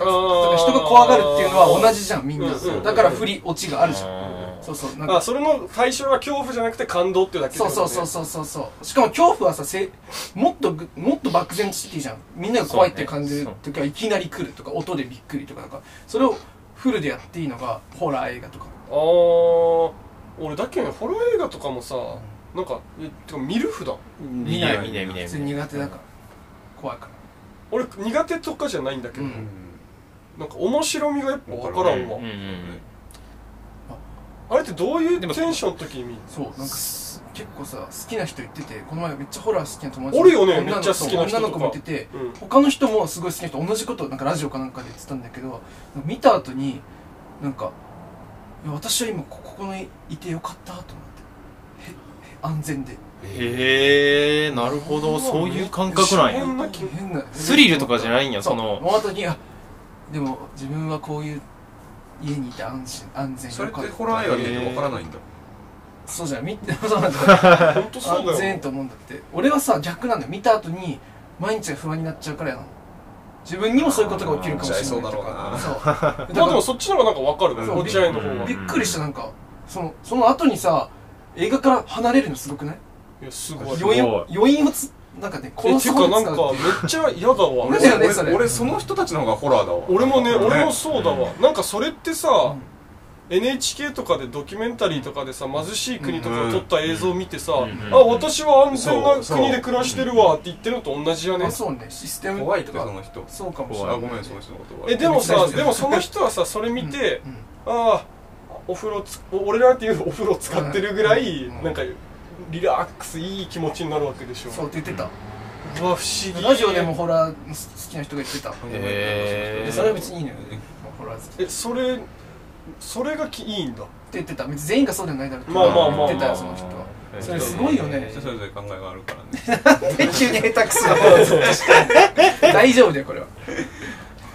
あ
だから
ー
人が怖がるっていうのは同じじゃんみんな
うんうんうん
だから振り落ちがあるじゃんそうそうなんか
あそれの対象は恐怖じゃなくて感動っていうだけって
そ
こ
う
と
そうそうそうそうそうしかも恐怖はさせもっとぐもっと漠然としていいじゃんみんなが怖いって感じる時はいきなり来るとか音でびっくりとかだからそれをフルでやっていいのがホラー映画とか
あー俺だけどホラー映画とかもさなんかえてか見る普段
見ない見ない見ない
普通に苦手だから怖いか
俺苦手とかじゃないんだけど、
うん
なんか面白みがやっぱ分からんわ、
うんうん
あれってどういうテンションの時に見る
らそうなんかす結構さ好きな人言っててこの前めっちゃホラー好きな友
おるよね
女の
めっちゃ好きな人とか
女の子見てて
うん
他の人もすごい好きな人同じことなんかラジオかなんかで言ってたんだけど見た後になんかいや私は今こここにいてよかったと思ってへへ安全で
へえなるほどそういう感覚なんや
そんな気
変な
スリルとかじゃないんや
そう
その
の後にあでも自分はこういう家にいて安心安全
それっ
よか
て
た
ホラー映画見てわからないんだ
そうじゃん見て そうなんだ
本当そう
安
だ
全
よ
と思うんだって俺はさ逆なんだよ見た後に毎日が不安になっちゃうからやなの自分にもそういうことが起きるかもしれない
うんじゃあいそうだろうな
そう
まあ でもそっちの方がなんか分かる
そう
ね落合の方
う
が
ん
い
びっくりしたなんかそのその後にさ映画から離れるのすごくない
やすごい
す
え
ごい
余韻を余韻をつなんかね
て
殺す
いう
方
か
に
なん
使
か
う
めっちゃ嫌だわ
俺だよね
俺
それ
俺その人たちの方がホラーだわ
俺もね
うん
俺もそうだわなんかそれってさ
ん
NHK とかでドキュメンタリーとかでさ貧しい国とかを撮った映像を見てさ
ん
あ私は安全な
そう
国で暮らしてるわって言ってるのと同じやね
あそうねシステム
怖いって
とか
その人
そうかもしれ
あ
ない
ごめんその人のことは
えでも
めっちゃ
さ
大事
でもその人はさそれ見て
うん
ああお風呂つ俺らっていうお風呂使ってるぐらい
うん
なんかリラックスいい気持ちになるわけでしょ
そうって言ってた
うわ不思議
ラジオでもホラー好きな人が言ってた、
えー
でそれは別にいいのよホラー好きって
えそれそれがきいいんだ
言ってた別に全員がそうではないだろうって
まあまあまあ
言ってたよその人は
えー
それすごいよね
人それぞれ考えがあるからね
で急に下手くそ 大丈夫だよこれは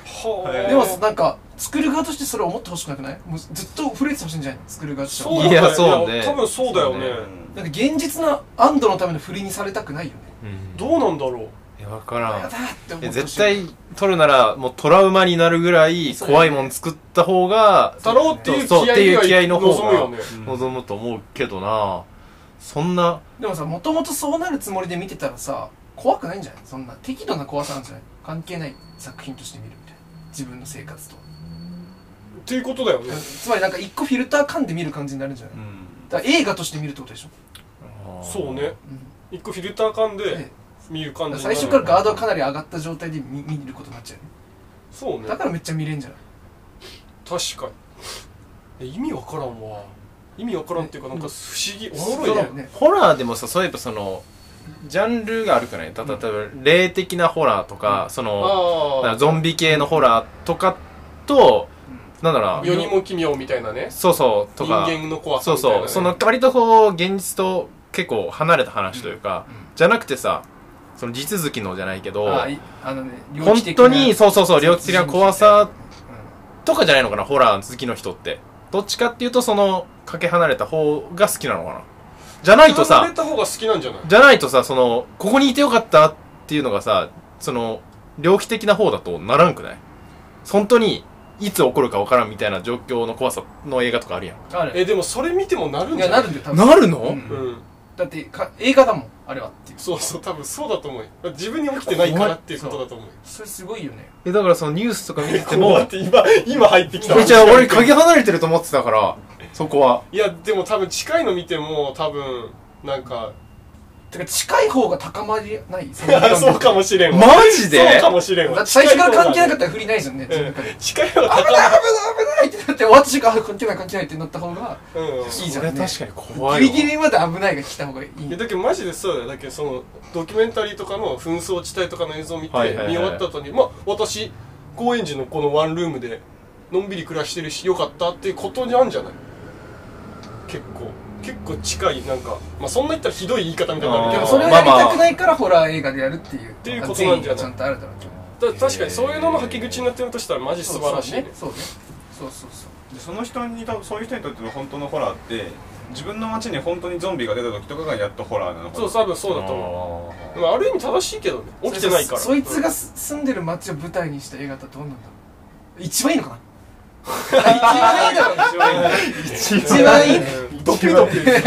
は
えー
でもなんか作る側としてそれ思ってほしくなくないもうずっと震えてほしいんじゃない作る側として
そう
は
だね
いやそうね
いや多分そうだよね
そう
なんか現実の安堵のための振りにされたくないよね
うん
どうなんだろ
いや分から
やだー
ん
って思って
え
ほしい
絶対撮るならもうトラウマになるぐらい怖いもん作った方が
うだろうっていう気
そうそうっていう気
合
合
い
の
が
方
望
が
むよね
望むと思うけどなそんな
でもさもともとそうなるつもりで見てたらさ怖くないんじゃないそんな適度な怖さなんじゃない関係ない作品として見るみたいな自分の生活と
っていうことだよね
つまりなんか一個フィルター噛んで見る感じになるんじゃないだから映画として見るってことでしょ、
そうね
うん
一個フィルター感で
で
見る感じにな
最
る
初からガードはかなり上がった状態で見見ることになっちゃうよね
そうね
だからめっちゃ見れんじゃない
確かにえ意味わからんわ意味わからんっていうかなんか不思議おも
そう
ろ
だ
い
よ
ね
ね
ホラーでもさそういえばそのジャンルがあるくないた例えば霊的なホラーとか、そのだから
あ
ゾンビ系のホラーとかと、なんだろ
あ
うな
世にも奇妙みたいなね
そうそうと
人
か
間の怖さ
そう
みたいなね
そうその割とこう現実と結構離れた話というか、じゃなくてさその地続きのじゃないけど
あいあのね猟
本
奇的な
当にそうそうそう猟奇的な怖さ
う
とかじゃないのかなホラー好きの人ってどっちかっていうとそのかけ離れた方が好きなのかなじゃないと
離
さ
れた方が好きなんじゃない
じゃないとさそのここにいてよかったっていうのがさその猟奇的な方だとならんくない本当にいつ起こるかわからんみたいな状況の怖さの映画とかあるやん
んある
えでもそれ見てもなるん
い
じゃ
や
な
ないるんだよ多分
なるの、
うん
うん
だってか映画だもんあれはっていう
そうそう多分そうだと思うよ自分に起きてないからっていうことだと思うよ
それすごいよね
えだからそのニュースとか見てて
こう
も
やって今今入ってきた
めちゃ俺かけ離れてると思ってたからそこはい
やでも多分近いの見ても多分なん か
てか近い方が高まりない
そうかもしれん
マ
わ
ジ
そう
で
かもしれんわ
だって最初から関係なか
っ
ったら振りないじゃんね自分から
た近い方が
危
高
ない危ない危ないってなって終わった瞬間あ関係ない関係ないってなった方が
まるうん
いいじゃん
これ
ね
確かに怖いわ
ギリギリまで危ないが来た方がいい
いやだけどマジでそうだよだけどそのドキュメンタリーとかの紛争地帯とかの映像を見て、
はいはいはい
見終わった後にまあ私高円寺のこのワンルームでのんびり暮らしてるしよかったっていうことなんじゃない結構結構近いなんかまあそんな言ったらひどい言い方みたいになるけ
で
ど
も
そ
そ
れ
れ
は
をやりたくないからホラー映画でやるっていうって
いうことなんじゃない
ちゃんとあるだろうけど
だから確かにそういうのの吐き口になってるとしたらマジ素晴らしいね
そうそうねそうねそうそうそう
でその人に多分そういう人にとっての本当のホラーって自分の街に本当にゾンビが出た時とかがやっとホラーなのか
そう
な
多分そうだと思うでもある意味正しいけどね起きてないから
そそいつがす住んでる街を舞台にした映画だってどうなんだろう一番いいのかな一番いいだろう
一
一番いいね
うんドキドキドキド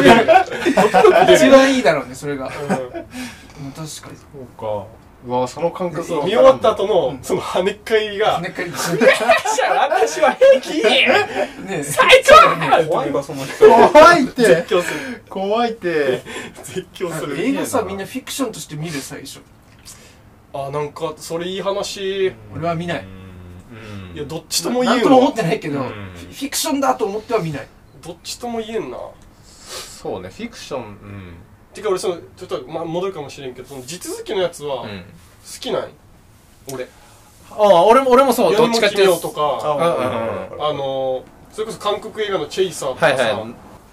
キ
一番いいだろうねそれが
うん
うん確かに
そうかうわその感覚
見終わった後
の
のその跳ねっ返りが
ねっか り
私は平気
ね
最
う
高
ん怖いわその人
怖いっ
絶
て
叫する
怖い って
絶叫す
映
る
画さみんなフィクションとして見る最初
あなんかそれいい話
俺は見ない
うん
いやどっちとも言
なん
えん
とも思
わ
ってないけど、
うん
フィフィクションだと思っては見ない
どっちとも言えんな
そうねフィクションうん
てか俺そのちょっと、まあ、戻るかもしれんけどその地続きのやつは
う
好
ん
きなん俺
ああ俺も俺もそう
闇
どっ
も
ちかって
奇
いう
妙と
と
か
うん
あのそれこそ韓国映画のチェイサーとか
はいはい
さ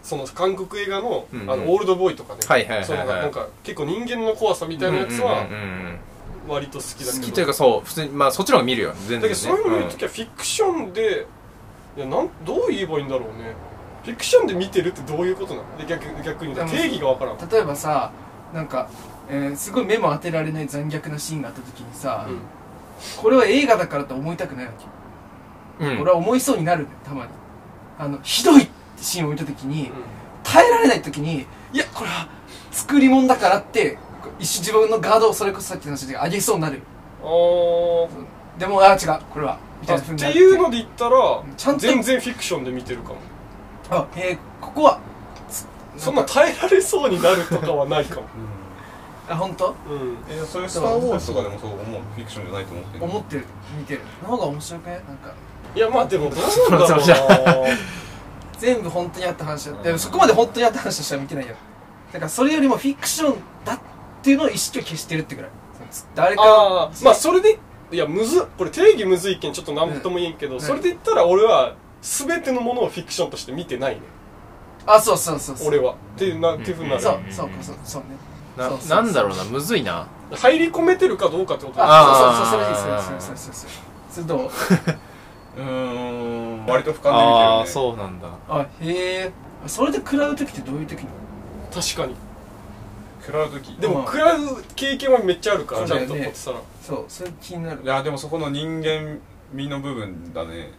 その韓国映画のあ
うん
のオールドボーイとかね
はいはいはいはい
そのなんか結構人間の怖さみたいなやつ
うんう
は
んうんうん
割と好きだけど
好きというかそう普通にまあそっちの方が見るよ全然ね
だけどそういうの見るときはフィクションで、いやなんどう言えばいいんだろうねフィクションで見てるってどういうことなので逆逆に
でも
定義がわからん
例えばさなんか、えーすごい目も当てられない残虐なシーンがあった時にさ、
うん
これは映画だからと思いたくないわけ、
うんうん
俺は思いそうになるんだよたまにあのひどいシーンを見た時に、耐えられない時にいやこれは作り物だからって一瞬自分のガードをそれこそさっきの話で上げそうになる
あ
でもああ違うこれはみた
あ
いな風
っ
に
て
なる
いうので言ったら
んちゃんと
全然フィクションで見てるかも
あえーここは
そんな耐えられそうになるとかはないかも
あ本
う
当
ん
えそういう「スター・ウォーズ」とかでもそう思うフィクションじゃないと思ってる
思ってる見てるの方が面白くないなんか
いやまあで もどうなんだろう
その
全部本当にあった話だでもそこまで本当にあった話としては見てないよだからそれよりもフィクションだってっていうのを一生消してるってぐらいそのつ誰か
ああまあそれでいやむずこれ定義むずいけんちょっと何とも言えんけど、
うん
それで言ったら俺は全てのものをフィクションとして見てないね
あそうそうそうそう
俺はっていうなっていうふうになる
そうそうかそうそうね
な
そうそうそう
なんだろうなむずいな
入り込めてるかどうかってことだ
あ
あ
そうそう
あー
そうそれいいそれいい
う
それいいそれいいそれいいそれいいそれどう
ーん割と俯瞰で見てるね
ああそうなんだ
あへえそれで食らう時ってどういう時なの
確かに
食らう時
でも
うん
食らう経験はめっちゃあるから、
そう
ちゃ
だ
ん
よ
と
ね
ポテサラ
そうそれ気になる
いやでもそこの人間味の部分だね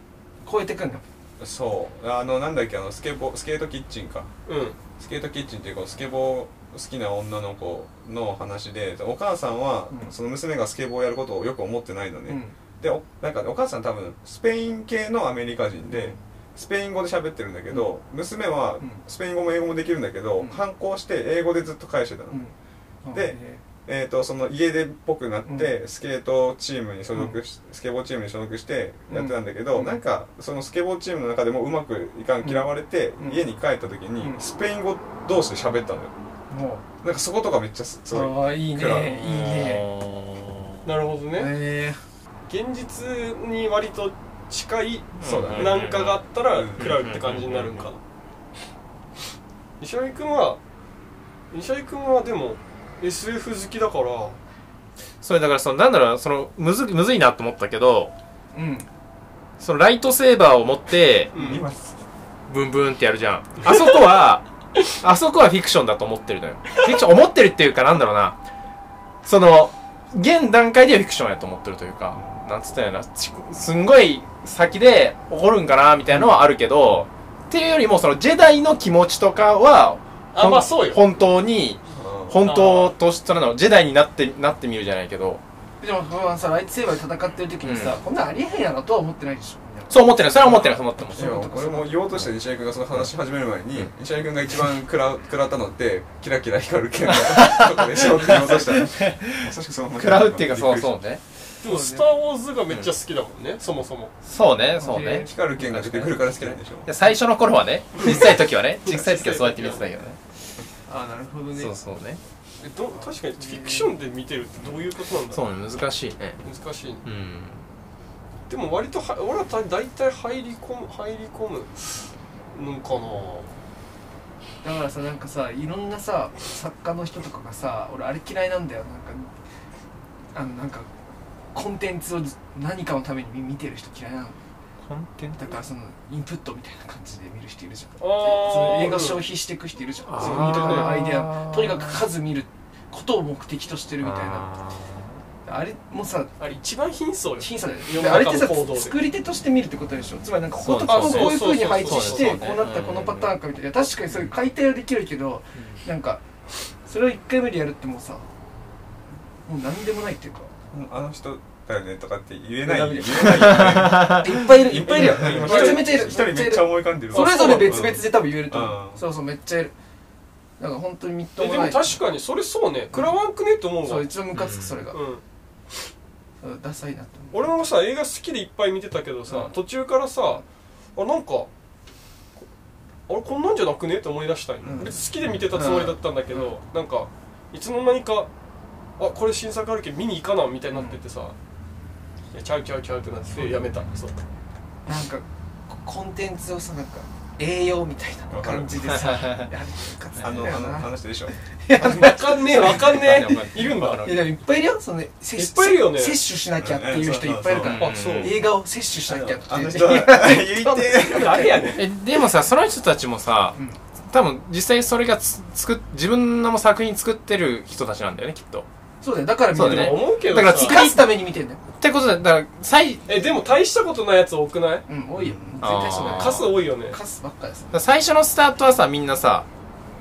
超えてくんだ
そうあのなんだっけあのスケボスケートキッチンか
うん
スケートキッチンっていうかスケボー好きな女の子の話でお母さんは
うん
その娘がスケボーをやることをよく思ってないのね、
うん
でおなんかねお母さん多分スペイン系のアメリカ人で、
うん
スペイン語で喋ってるんだけど、娘は
うん
スペイン語も英語もできるんだけど、
うん
反抗して英語でずっと返してたの、
うん
でえー、とその家出っぽくなって、
う
スケートチームに所属し、スケボーチームに所属してやってたんだけど、
うん
なんかそのスケボーチームの中でもうまくいかん嫌われて、
うん
家に帰った時に、
うん
スペイン語同士で喋ったのよ
も
なんかそことかめっちゃす
う
すごい
ああいいねいい
食らう
ね
なるほどね
え
現実に割と近い
そうだね
なんかがあったら
うん
食らうって感じになるんかな西尾君は西尾君はでも SF 好きだから
それだからそのなんだろうなそのむずむずいなと思ったけど
えうん
そのライトセーバーを持って
うん
今
ブンブンってやるじゃんあそ こはあそこはフィクションだと思ってるのよフィクション思ってるっていうかなんだろうなその現段階ではフィクションやと思ってるというかなんつったよなちすんごい先で起こるんかなみたいなのはあるけど、っていうよりもそのジェダイの気持ちとかは
あまあそうよ
本当に
うん
本当としたらのジェダイになってなってみるじゃないけど
でも不安さライトセーバーで戦ってる時にさ、
うん
こんなんありえへんやろとは思ってないでしょ
そう思ってないそれは思ってないそう思ってます
いや俺も言おうとして西井君がその話し始める前に、西井君が一番食 ら食らったのってキラキラ光る剣のとこでしょって言おうとした らまさしくその
食らうっていうかそうそううね
でも「スター・ウォーズ」がめっちゃ好きだもんね、そもそも
そうねそう
へ
ね
え
光る剣が出てくるから好きなんでしょ
いや最初の頃はね小さい時はね小さい時はそうやって見てたけどね
ああなるほどね
そうそうね
えど確かにフィクションで見てるってどういうことなんだろ
そうね難しいね
う難しいね
うん
でも割とは俺はた大体入り込む入り込むのかな
だからさなんかさいろんなさ作家の人とかがさ俺あれ嫌いなんだよなんかあのなんかコンテンツを何かのために見見てる人嫌いなの
コンテン
だからそのインプットみたいな感じで見る人いるじゃんそ
あ
の
ー
映画消費していく人いるじゃ
あ
ん
ー
そういうところのアイデアとにかく数見ることを目的としてるみたいなあれもさ
あれ一番貧相よ
審査だよ
世
で
の
あれって
中
さ
の行動で
作り手として見るってことでしょつまりなんかこことこ
そう
こを
そう
こういうふうに配置
そ
し
うそう
て
そう
こうなったらこのパターンかみたいないや確かにそういう解体はできるけどなんかそれを1回目でやるってもうさもう何でもないっていうか
あの人だよねとかって言えない言えない
いっぱいいるいっぱいいるよ
今
めちゃめちゃいる
一人めっちゃ思い浮かんでる
それぞれ別々で多分言えると思
う
うんそうそうめっちゃいるなんか本当にみっと
え
も
で
な
も
い
確かにそれそうね食らわんくねって思うわ
そう一番ムカつくそれが
うん
うんダサいなって思う
俺もさ映画好きでいっぱい見てたけどさ、
うん
途中からさあなんかこあれこんなんじゃなくねって思い出したい、
ん
別に好きで見てたつもりだったんだけど、なんかいつの間にかあこれ新作あるけど見に行かなみたいになっててさ、いやちゃうちゃうちゃうってなっててやめたそう
なんかこコンテンツをさなんか栄養みたいな感じでさやるムカつく
あ
ん
の
だ
あ
よ
の
な
話でしょ
わかんねえわかんねえいるん
わか
だ
る
いやでもいっぱいいるよそのね
いっぱいいるよね
摂取しなきゃっていう人いっぱいいるか
うん
ら
あそう
うん
映画を摂取しなきゃって
あ
い
の
う
人は 言って
あれやね
えでもさその人たちもさ
うん
多分実際それがつ作っ自分の作品作ってる人たちなんだよねきっと
そうだよだから見て
そう
る
だ
で
ね
も思うけど
だから
さ
作
生かすために見てんだよ
ってことでだから最
えでも大したことないやつ多くない
うん多いよ絶
あー
対そうだよ
数多いよね
カスばっかです
だから最初のスタートはさみんなさ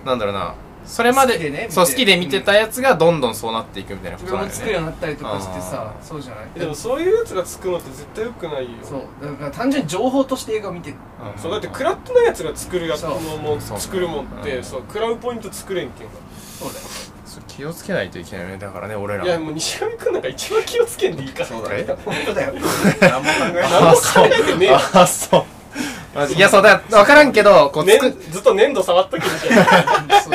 なんだろうなそれまで
好きでね見て
そう好きで見てたやつがどんどんそうなっていくみたいなこ
自
と
分
なん
も
だよ
作るようにな
ね
ったりとかしてさ
あー
そうじゃない
でもそういうやつがつくのって絶対良くないよ
そうだから単純に情報として映画を見てる
ん
そうだって食らってないやつが作るやつ
そう
ももう
そう
作るもんって、
うん
そう食らうポイント作れんけん
そうだよ
そう気をつけないといけないよねだからね俺ら
がいやもう西上くんなんか一番気をつけんでいいから
そうだ
え
ね
本当だよ
何も考えない
何も考えてねえよ
あそうマ ジいやそうだ分からんけどこう
ね
作っ
ずっと粘土触っとけみたいな
そう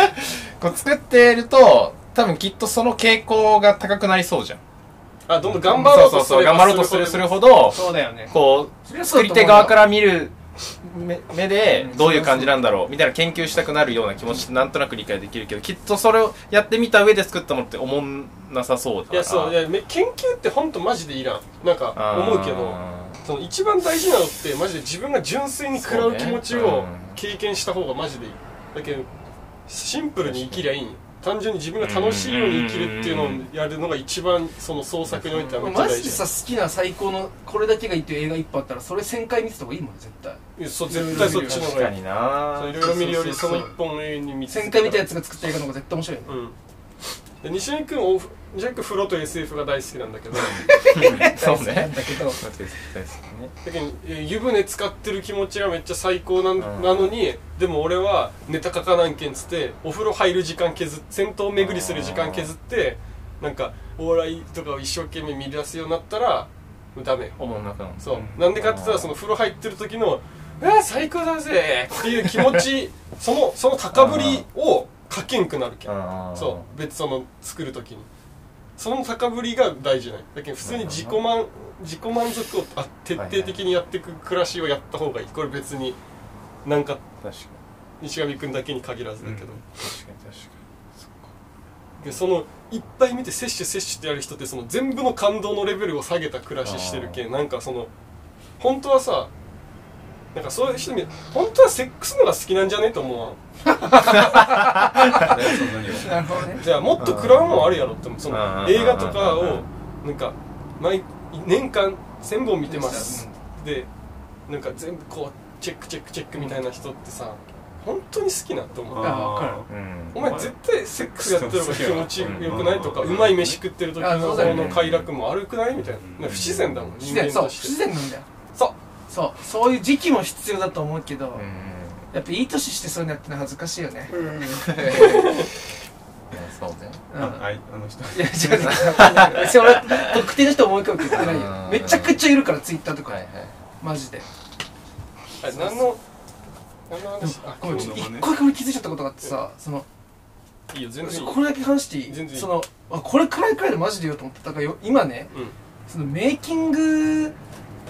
こう作ってると多分きっとその傾向が高くなりそうじゃん。
あどんどん頑張ろう
そ
と
う
す
そうそう
れば
頑張ろうとするするほど、
そうだよね
こ
そりゃ
う、
そうだ
作り
と思う
手
よ
側から見る目目で
うん
どういう感じなんだろうみたいな研究したくなるような気持ちってなんとなく理解できるけど、きっとそれをやってみた上で作ったものって思んなさそうだか
い
ら。
やそういやめ研究って本当マジでいらんなんか
あー
思うけどその一番大事なのってマジで自分が純粋に食らう気持ち
そうね
を
うん
経験した方がマジでいいだけどシンプルに生きりゃいいんよ単純に自分が楽しいように生きるっていうのをやるのが一番その創作においてはめっちゃ
マ
大
ジで
事
さ好きな最高のこれだけがいいっていう映画一本あったらそれ1000回見てた方がいいもん絶対
いやそう絶対そっちの方
確
がい
か
い
にな
そういろいろ見るより
そ
そう
そ
の一
うそう
本のように見つ
1000回見たやつが作った映画の方が絶対面白いよね
うんで西成君お西成君風呂と SF が大好きなんだけど
そう
な
ね
ん。だけど
そうですね
だけどえ湯船使ってる気持ちがめっちゃ最高なん
うん
なのにでも俺はネタ書かなんけんつってお風呂入る時間削って戦闘巡りする時間削ってなんかお笑いとかを一生懸命見出すようになったらもうダメよ
おもんなくなる
そう、
うん
なんでかって言ったらその風呂入ってる時の「うわ最高だぜ!」っていう気持ちそのその高ぶりを書けんくなるけん
あー
そう別その作る時にその高ぶりが大事ないだけど普通に自己満自己満足をあ徹底的にやっていく暮らしをやった方がいいこれ別になんか
確か
西上君だけに限らずだけど、
に確かに確か
でそのいっぱい見て摂取摂取ってやる人ってその全部の感動のレベルを下げた暮らししてるけんなんかその本当はさなんかそういう人に本当はセックスのが好きなんじゃねと思うわ
そんなには
なるほどね
じゃあもっと食らうもんあるやろって思うその
うん
映画とか
う
をなんか毎年間1000本見
見
てますでなんか全部こうチェックチェックチェックみたいな人ってさ本当に好きなって思う
あわかる
にうん
お前絶対セックスやってる方が気持ちよくないとかうまい飯食ってる時
あ
の
そう
こ
だよね
の快楽も悪くないみたいな不自然だもん
自
人
然
間
そう
と
不
して
自然なんだよ
そう
そうそういう時期も必要だと思うけど、
うん
やっぱいい年してそうになっての恥ずかしいよね、
そうね
うん
あはいあの人
いや違う違うわかんない別に俺特定の人思い浮かぶけどないよ
うん
めちゃくちゃいるからツイッターとか、
はいはい
マジで
あれ何の何の話あ
ごめんちょっと
今日
一
のね
個だけ俺気づいちゃったことがあってさその
いいよ全然いい
これだけ話していい
全然いい
そのあこれくらいくらいでマジで言おうと思ってたからよ今ね
うん
そのメイキング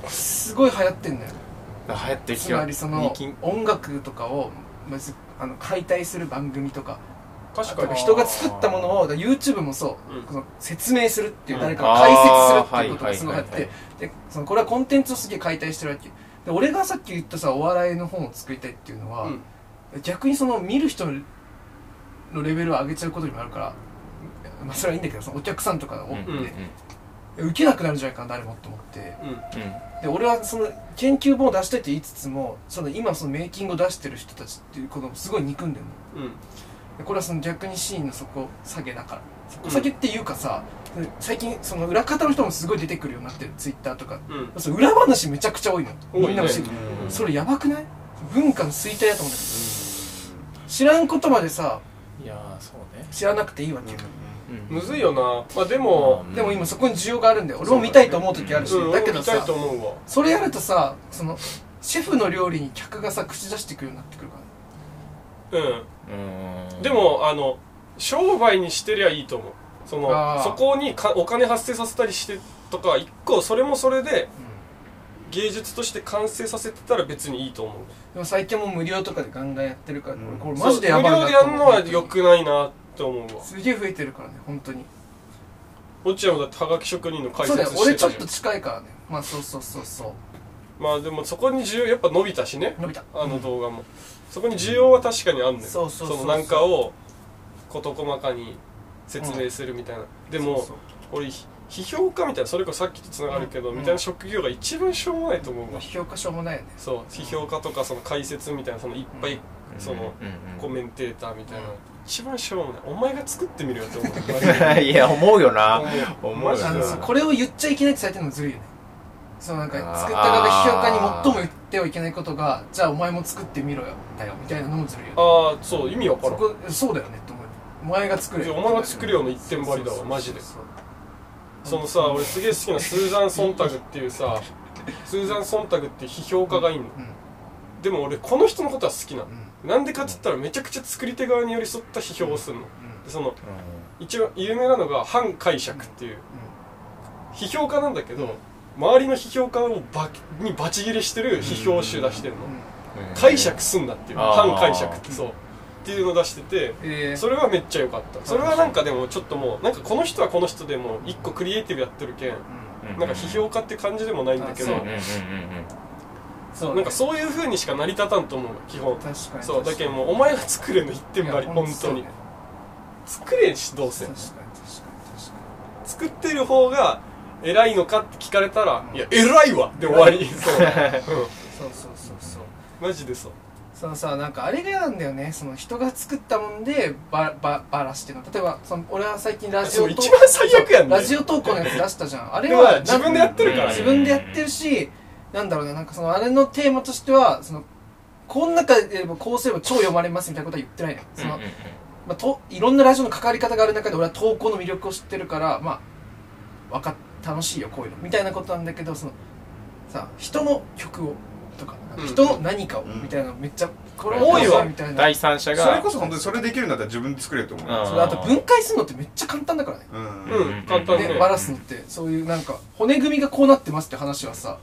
すごい流行ってんだよ
流行ってる
つ
気が
まりそ
ミ
の
ーキン
音楽とかをまずあの解体する番組とか
確
と
か
か
に
人が作ったものをだから YouTube もそう、
うん
この説明するっていう
うん
誰かを解説するっていうこと
あ
が
ー
すごいあっ
はい
て
は
でそのこれはコンテンツをすげえ解体してるわけで俺がさっき言ったさお笑いの本を作りたいっていうのは、
うん
逆にその見る人のレベルを上げちゃうことにもなるから、まあ、それはいいんだけどそのお客さんとかが多くて、
うん
受けなくなるんじゃないかな誰もって思って
うん
で俺はその研究本を出したいって言いつつもその今そのメイキングを出してる人たちっていうことをすごい憎んでるの
うん
でこれはその逆にシーンの底下げだから底下げっていうかさ、最近その裏方の人もすごい出てくるようになってるツイッターとか
うん
その裏話めちゃくちゃ多いの
多いね
みんなが知る、
うん
それやばくない文化の衰退だと思うんだけど知らんことまでさ
いやーそうね
知らなくていいわけよ、
うん
むずいよなまあでも
うん
でも今そこに需要があるんだよ俺も見たいと思う時あるし、
うん
だけ
俺も見
ど
たい
さ
と思うわ
それやるとさそのシェフの料理に客がさ口出してくるようになってくるから
うん
うん
でもあの商売にしてりゃいいと思うそ
あ
の
ー
そこにかお金発生させたりしてとか一個それもそれで芸術として完成させてたら別にいいと思う
でも最近も無料とかでガンガンやってるから、
うん
これマジでやばい
そう無料でやるのは
と思う
良くないなって思うわ
すげえ増えてるからね本当に
落合もだってはがき職人の解
そ
説
うだよ
して
俺
た
ち
じゃ
ょ
ん
っと近いからねまあそうそうそうそ
まあでもそこに需要やっぱ伸びたしね
う伸びた
あの動画も、そこに需要は確かにあんねん
そうそうそうそう
のなんかを事細かに説明するみたいな、でも
そう
俺ひ批評家みたいなそれこそさっきとつながるけど、
うん
みたいな職業が一番しょうもないと思う
そう
わ、
批評価しょうもないよね
そう批評家とかその解説みたいなそのいっぱいそのコメンテーターみたいな、
うん
一番しょうもないお前が作ってみるよって 思う
いや思うよな
思う
思うよ
マジで
あのさこれを言っちゃいけないってされてるのずるいよねそのなんか
あー
作った側が批評家に最も言ってはいけないことがじゃあお前も作ってみろよだよみたいなのもずるいよね
ああそう意味わか
そ
らん
こそうだよねって思うよお前が作れよ
いやお前が作れよの一点張りだわマジでそのさ俺すげえ好きなスーザン・ソンタグっていうさスーザン・ソンタグっていう批評家がいんの
うん
でも俺この人のことは好きなの、なんでかっつったらめちゃくちゃ作り手側に寄り添った批評をするの、でその一番有名なのが反解釈っていう、批評家なんだけど、周りの批評家をバにバチ切れしてる批評集出してるの、解釈すんなっていう
あー
反解釈ってそうっていうの出してて
えー
それはめっちゃ良かったそれはなんかでもちょっともうなんかこの人はこの人でもう一個クリエイティブやってるけん
うん
なんか批評家って感じでもないんだけど
あ
うんうんうんうん
そう
なんかそういう風にしか成り立たんと思う基本
確かに確かに
そうだけんもうお前が作れんの一点張り本当に作れんしどうせ
確かに確かに確か
作ってる方が偉いのかって聞かれたら
う
「
ん
いや偉いわ!」で終わりそう、うん
にそうそうそうそう
マジでそう
そのさなんかあれが嫌なんだよねその人が作ったもんでばばばらしてるの例えばその俺は最近ラジオ
そう一番最悪やんね
ラジオ投稿のやつ出したじゃんあれ
でも
は
自分でやってるから
自
ね
分でやってるしなんだろうねなんかそのあれのテーマとしてはそのこの中でこうすれば超読まれますみたいなことは言ってないのよその、
うんうんうん
まあ、といろんなラジオの関わり方がある中で俺は投稿の魅力を知ってるからまあわかっ楽しいよこういうのみたいなことなんだけどそのさ人の曲をとかなんか人の何かをみたいなのめっちゃこれ
多
いわ
みたいな
第三者が
それこそ本当にそれできるんだったら自分で作れると思うよ
それあと分解するのってめっちゃ簡単だからね
うん
うん簡単ね
でバラすのってそういうなんか骨組みがこうなってますって話はさ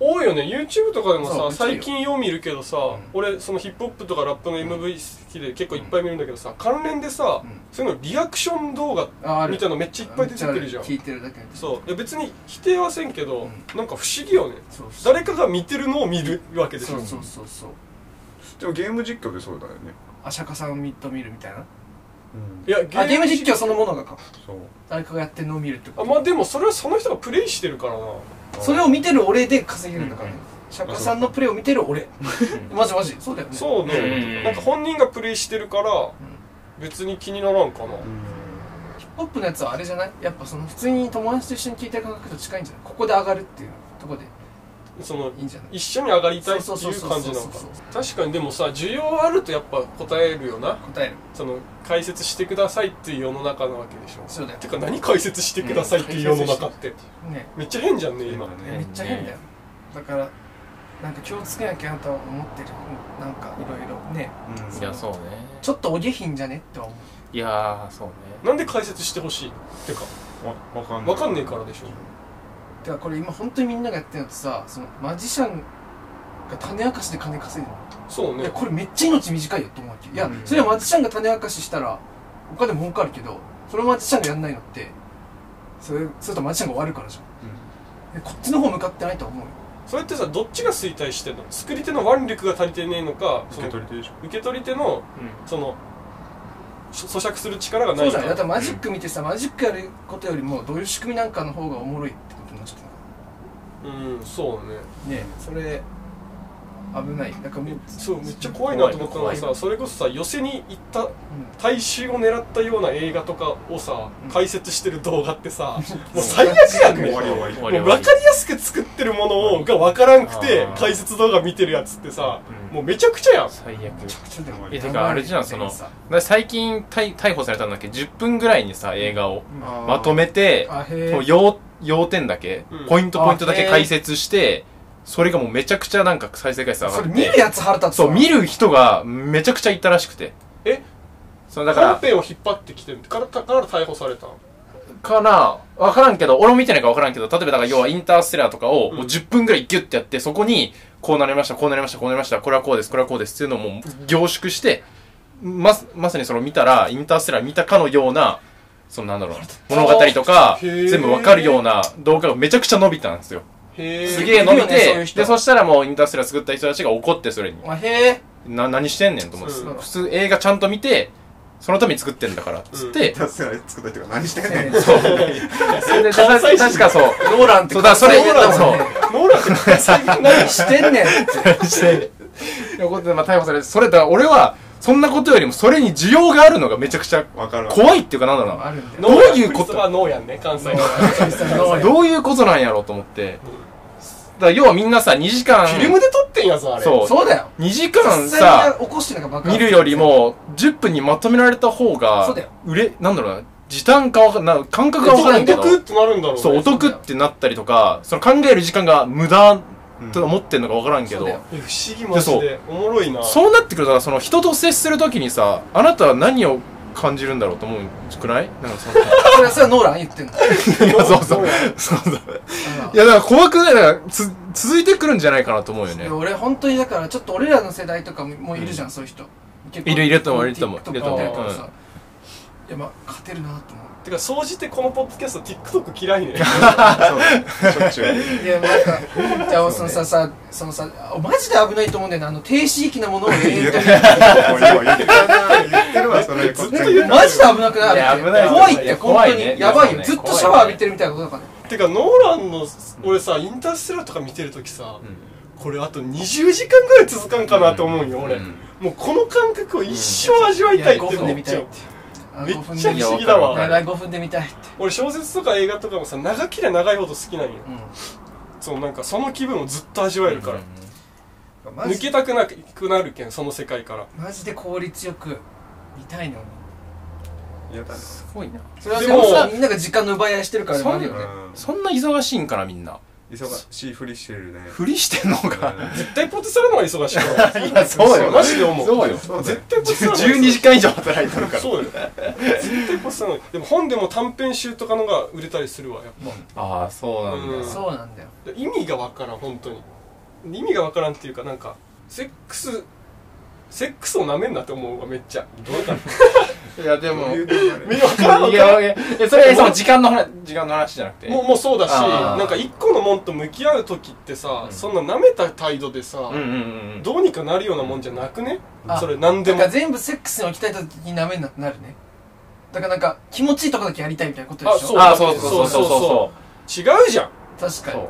多いよね YouTube とかでも
そう
さ
めっちゃいい
最
よ
近よう見るけどさ、俺そのヒップホップとかラップの MV 好きで結構いっぱい見るんだけどさ関連でさ、
うん
そういうのリアクション動画
あある
みたいなのめっちゃいっぱい出てくるじゃん
めっちあ聞いてるだけで
そういや別に否定はせんけど、
うん
なんか不思議よね
そうそう
誰かが見てるのを見るわけでしょ
そうそうそうそう
でもゲーム実況でそうだよね
あ釈迦さんを見と見るみたいな
いや
あゲーム実況そのものがか
そう
誰かがやってるのを見るってこ
あ
と
まあでもそれはその人がプレイしてるからな
それを見てる俺で稼げるんだからね
うん
釈迦さんのプレーを見てる俺マジマジそうだよね
そうね、
うん
なんか本人がプレイしてるから別に気にならんかな、
うん
ヒップホップのやつはあれじゃないやっぱその普通に友達と一緒に聴いてる感覚と近いんじゃないここで上がるっていうとこで
その
いいんじゃない
一緒に上がりたいってい
そうそう
う
そうそう
感
そ
じ
う
なのかな確かにでもさ需要あるとやっぱ答えるよな
答える
その解説してくださいっていう世の中なわけでしょ
そうだよ
てか何解説してくださいっていう世の中って
ね
めっちゃ変じゃんね今
変だね
めっちゃ変だよだからなんか気をつけなきゃあなとは思ってるなんかいろいろね
いやそうね
ちょっとお下品じゃねって思う
いやーそうね
なんで解説してほしいてか
わわかんな
わ
い
かんねえからでしょ
てかこれ今本当にみんながやってるのってさそのマジシャンが種明かしで金稼いでる
そう
いや
ね
これめっちゃ命短いよと思うわけいや
うん
それはマジシャンが種明かししたらお金儲かるけどそれをマジシャンがやんないのってそれそれとマジシャンが終わるからじゃん、えこっちの方向かってないとは思うよ
それってさどっちが衰退してんの作り手の腕力が足りてねえのかそ
受
の
け取り手でしょ
受け取り手のそのそ咀嚼する力がな
そう
い
じゃ
か
ないだってマジック見てさマジックやることよりもどういう仕組みなんかの方がおもろいってことになっちゃった
うんそうね
ねえそれ危ないだからもう、うん、
そうめっちゃ怖いなと思ったのが
怖
さそれこそさ寄せに行った大衆を狙ったような映画とかをさ
うん
解説してる動画ってさもう最悪やんね
終
も
わり終わり
終
う
わり
分かりやすく作ってるものをが分からんくて
あー
解説動画見てるやつってさ
うん
もうめちゃくちゃやん
最悪
ちょっとでも
えてかあれじゃんその
さ
だ最近逮逮捕されたんだっけ10分ぐらいにさ映画をまとめて
あへえ
もう要要点だけ、
うん
ポイントポイントだけ
あへー
解説してそれがもうめちゃくちゃなんか再生回数上が
そ
っ
れ
て
見るやつ腹立つ
そう見る人がめちゃくちゃいたらしくて
え
そのだか
本
ら
編を引っ張ってきてるからだから逮捕されたの
かなわからんけど、俺も見てないからわからんけど、例えばだから要はインターステラーとかを
うん
もう10分ぐらいギュッてやって、そこに、こうなりました、こうなりました、こうなりました、これはこうです、これはこうですっていうのをもう凝縮して、ま、まさにその見たら、インターステラー見たかのような、そのなんだろう、物語とか、
へー
全部わかるような動画がめちゃくちゃ伸びたんですよ。
へ
す
え
げえ伸び
いるよね
て、
そういう人
で、そしたらもうインターステラー作った人たちが怒ってそれに、
あへえ
な、何してんねんと思って、
そう
普通映画ちゃんと見て、そのために作ってんだから、つって、
出せられ作った人が何してんねん
そう。それで、
関西人
確かそう。
ローランって
そうだ、それ、
ローラン
そう。
ノーランって最悪ない
何してん ねんって
して、横で、まあ、逮捕されて、それだから、俺は、そんなことよりも、それに需要があるのがめちゃくちゃ
わかるわ
怖いっていうか、なんだろう
あ
な。
るんだ よ
どういうこと
ノーランクリストファーノーやんね関西の
どういうことなんやろうと思って。だから、要はみんなさ、2時間、
フィルムで撮ってんやぞあれ
そう
そうだよ
2時
実際
間さ、
に起こしてるのがバカ
見るよりも、10分にまとめられた方が
そうだよ、
売れ、なんだろうな、時短かわかんな、感覚がわからんけど
お、得ってなるんだろうね
そう、お得ってなったりとか、その考える時間が無駄と思ってんのか分からんけど、
そうだよ
え不思議マジでおもろいな
そうなってくるとさその人と接するときにさあなたは何を感じるんだろうと思うくないなんかその
それはそれはノーラン言ってん の
そうそうそうそういやだから怖くないだからつ続いてくるんじゃないかなと思うよ
い
ね
や俺本当にだからちょっと俺らの世代とかももういるじゃん、そういう人結構
いるいると思ういると思う
TikTok
いると
思う
とかさいやまあ勝てるなと思って
てか総じてこのポッドキャスト TikTok 嫌いね
しょっちゅう
いやなんかじゃあその ささそのさあマジで危ないと思うんだよねあの低刺激なものを永遠と見て
言ってるな言ってるわそれ
ずっと言う
こ
マジで危なくない
いや
あれって
危ない
怖いっ
い
て本
や
当
怖いね
にやばいよ
いや
ず
そう
っ
ね
とシャワー浴びてるみたいなことだからね
てかノーランの俺さインターステラーとか見てるときさ、これあと20時間ぐらい続かんかなと思うんよ、俺、
うん
もうこの感覚を一生味わいたいって
うんいや5分
思
で
っ
見
ち
た
ゃ
いうってあ
めっ
5分
ちゃ
で
不
見たい
思議だ
いや
わ
わか
長い5分で見たいって
俺小説とか映画とかもさ長きりゃ長いほど好きなんよそのなんかその気分をずっと味わえるから、
れマ
抜
ジ
けたくなくなるけんその世界から
マジで効率よく見たいの
嫌だね
すごいな
それは
で
で
も
もさみんなが時間の奪い合いしてるからでもあるよね
そんな忙しいんかなみんな
忙しいふりしてるね
ふりしてんのか
絶対ポテサラの方が忙しいから
いや そうよ
マジで思う
そうよ
そうだ
絶
よ
対ポテサラの方が忙しい
12時間以上働いてるから
そうよ絶対ポスターのでも本でも短編集とかのが売れたりするわやっ
ああそうなん
う
だ
ん
そうなんだよ
ぱ意味がわからん本当に意味がわからんっていうかなんかセックスセックスをなめんなって思うわめっちゃどうやったの
いやで
どう
も
い
いう
流れ
分からん分からん
やいやいやそれその時間の話時間の話じゃなくて
もうもうそうだし
あー
なんか一個のもんと向き合う時ってさ、
うん
そんな舐めた態度でさ、
うんうんうんうん
どうにかなるようなもんじゃなくね
あ
それ何で
だ
も
から全部セックスに置きたい時にダメにななるねだからなんか気持ちいいとこだけやりたいみたいなことでしょ
あそう
ああそうそうそ
そ
うそう
うそうそ
そ
違うじゃん
確
う
かに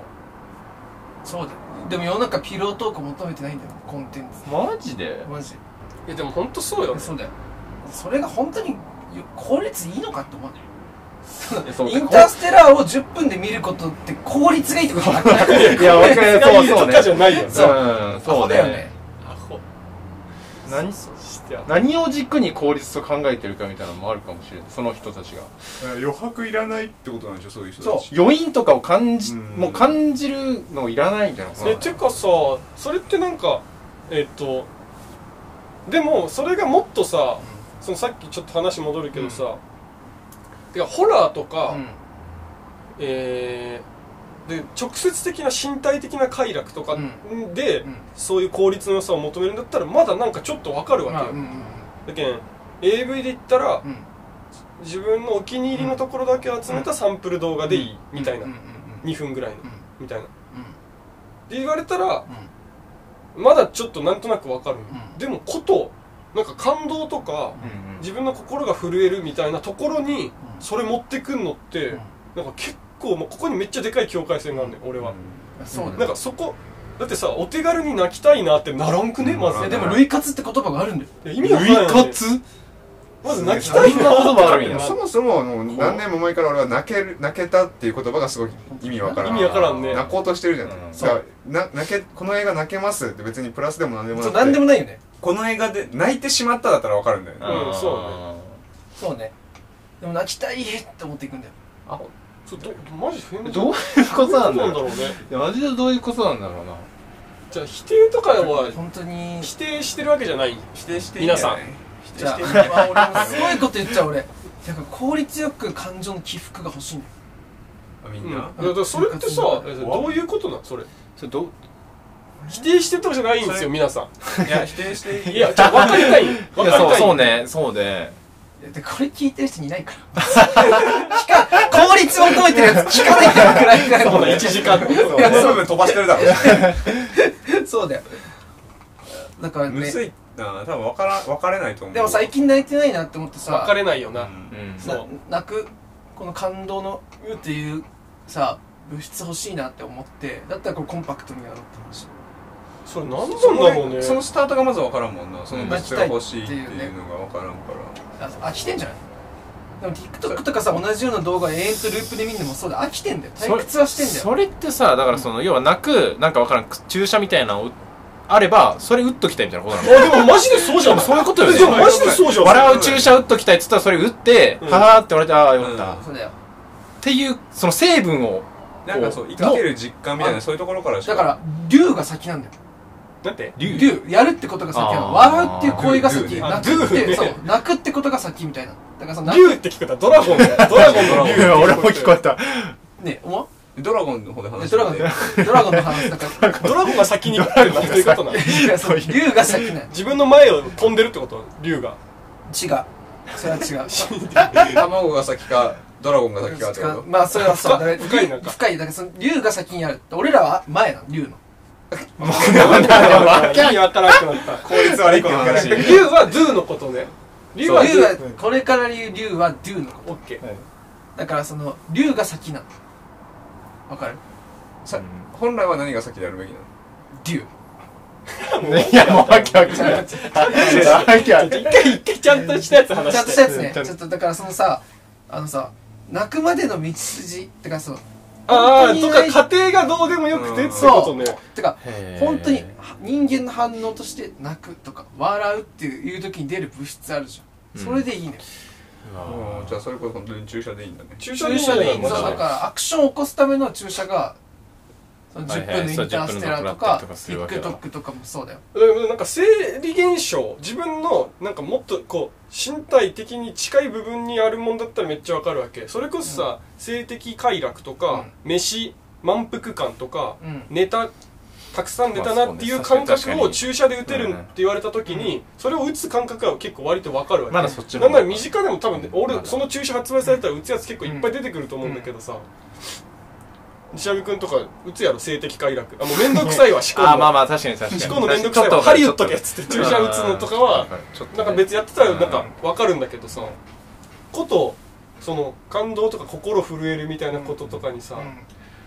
そうだよでも世の中ピロートーク求めてないんだよコンテンツ
マジで
マジで
えでも本当そうよ
そうだよそれが本当に効率いいのかって思うね
そう
インターステラーを10分で見ることって効率がいいってことなくない
いやわかる
そ
そうう
そ
そうう
と
ね
かじゃないよね
そう
うん
アホ
そう
だよね
ね
アホ
何
してや
何を軸に効率と考えてるかみたいなのもあるかもしれないその人たちが
余白いらないってことなんでしょそういう人たち
余韻とかを感じ
うん
もう感じるのいらないんじゃないかな
えてかさそれってなんかえっ、とでもそれがもっとさ、そのさっきちょっと話戻るけどさ、てかホラーとか、
うん
えーで直接的な身体的な快楽とかで、
うん
そういう効率の良さを求めるんだったらまだなんかちょっとわかるわけ
ま
よ、
あうんうん
だけん AV で言ったら
うん
自分のお気に入りのところだけ集めたサンプル動画でいい、みたいな、
うんうんうん
2分ぐらいの、
うん
みたいなで
うん
言われたらまだちょっとなんとなくわかる、
うん
でもことなんか感動とか
うんうん
自分の心が震えるみたいなところに
うん
それ持ってくんのって、
うん
なんか結構、まあ、ここにめっちゃでかい境界線があるねん俺は、
うんそうだよ
なんかそこだってさお手軽に泣きたいなってならんくねまず
う
い
ん
やでも類活って言葉があるんだよ
いや意味わからんよねまず泣きたいな
そんな言葉あるんや
ま
そもそももう何年も前から俺は泣ける泣けたっていう言葉がすごい意味わから
意
ん
味わからんね
泣こうとしてるじゃない、
うん
だからな泣けこの映画泣けますって別にプラスでも何でもな
そ
く
う
て
なんでもないよね
この映画で泣いてしまっただったらわかるんだよね
うんそう
そうねでも泣きたいって思っていくんだよ
そうどマジ変な
どういう
どう
こ
いうこ
とな
と
んだ
なんだ
ろ
ろ
う
うね
いやマジでどういうことなんだろうな
じゃあ否定とかは
本当に
否定してるわけじゃない
否定して
皆さん
否
じ
定
ゃあ
していいんじゃない
まあ俺もすごいこと言っちゃう俺だから効率よく感情の起伏が欲しいんだよ
あみ
うん
んな、
いやだからそれってさ
う
どういうことなんそれ
それどう
否定してるとかじゃないんです
そ
よ
れ
皆さ
いや否定して
ん
いい
いやじゃあ分かりたい
い
分
や
かり
そう
たい
そうねそうね
いやでこれ聞いてる人いないから聞か 効率求めてるやつ聞かないからくらい
そう
だ
ね1時間
そうこの部分飛ばしてるだろう
よそうだよだから
む
ね
ずいな多分分から分かれないと思う
でも最近泣いてないなって思ってさ
分かれないよな
うん
うん
そ
な泣くこの感動の「う」っていうさ物質欲しいなって思ってだったらこれコンパクトにやろうって話
それ何なんだ
そ
ろう
の
ね
そのスタートがまず分からんもんなその
うん
物質が欲しいっていうのが分からんから
あ飽きてんじゃないでも TikTok とかさ同じような動画延々とループで見るのもそうだ飽きてんだよ退屈はしてんだよ
それってさだからその要は泣くなんかわからん注射みたいなのをあればそれ打っときたいみたいなことなの
あでもマジでそうじゃん
そういうことよね
でもマジでそうじゃん
笑う注射打っときたいっつったらそれ打って、
うん
はーって言われてああよかった、
うん
っ
そうだよ
ていうその成分を
なんかそう生きてる実感みたいなそういうところからしか
だから龍が先なんだよ
だって
龍やるってことが先なの
あー
笑うっていう行為が先
龍
ね
泣くっ
あ龍ね
てそう泣くってことが先みたいなだからさ泣
竜って聞くとドラゴンだよドラゴンの竜
いや 俺も聞こえた。
くねおも
ドラゴンの方で話して
ドラゴンドラゴンの話だか ら
ドラゴンが先に行ってるなどういうことなの
龍がそう龍が先なの
自分の前を飛んでるってこと竜が
違うそれは違 う
卵が先かドラゴンが先かってこと
まあそれはそうだから
深いなんか
深いだからその龍が先にやる俺らは前なの龍の
意味わからなくなった
効率悪いこの話
竜はドゥのことね
龍
竜は
は
ドゥ
これから言う龍は龍のこと
オッケー
だからその龍が先なのわかる
さ本来は何が先でやるべきなの
龍
いや、もうわけわかん ない。わけわかんない。
一回一回ちゃんとしたやつ話して
ちゃんとしたやつね
ちゃんと
ちょっとだからそのさあのさ泣くまでの道筋てかそう
あ
本当
あ
に
と
ない
か家庭がどうでもよくてってことね
てか
へー
本当には人間の反応として泣くとか笑うっていう時に出る物質あるじゃんそれでいいのよ
うんじゃあそれこそ本当に注射でいいんだね
注射でいい
注
んじゃ
射
ない
でいい
も
の
ち
そう
ろ
だ
ん
からアクションを起こすための注射がその
はい
10
はい
分のインターステラーとか
10分のクラッターとかするわけだ
TikTok とかもそうだよ
だからなんか生理現象自分のなんかもっとこう身体的に近い部分にあるもんだったらめっちゃわかるわけそれこそさ、性的快楽とか、飯満腹感とか、
うん
寝たたくさん寝た
まあ
な
そう
っ
ね
ていう
確か
感
に
覚
確か
を
に
注射で打てる
うん
って言われた時にそれを打つ感覚は結構割とわかるわけ
まだそっち
な
の方
ん
が
なら身近でも多分、ね、
うん
俺
まだ
その注射発売されたら打つやつ結構いっぱい出てくると思うんだけどさ、西く君とか打つやろ性的快楽あもうめんどくさい わ思考
あー、まあ
の
まあ、確かに確かに。
事故の面倒くさいわ
ちょっ
針打っとけっつって注射打つのとかは、
ちょっと
なんか
ね
別やってたらなんかわかるんだけどさ、ことその感動とか心震えるみたいなこととかにさ、
うん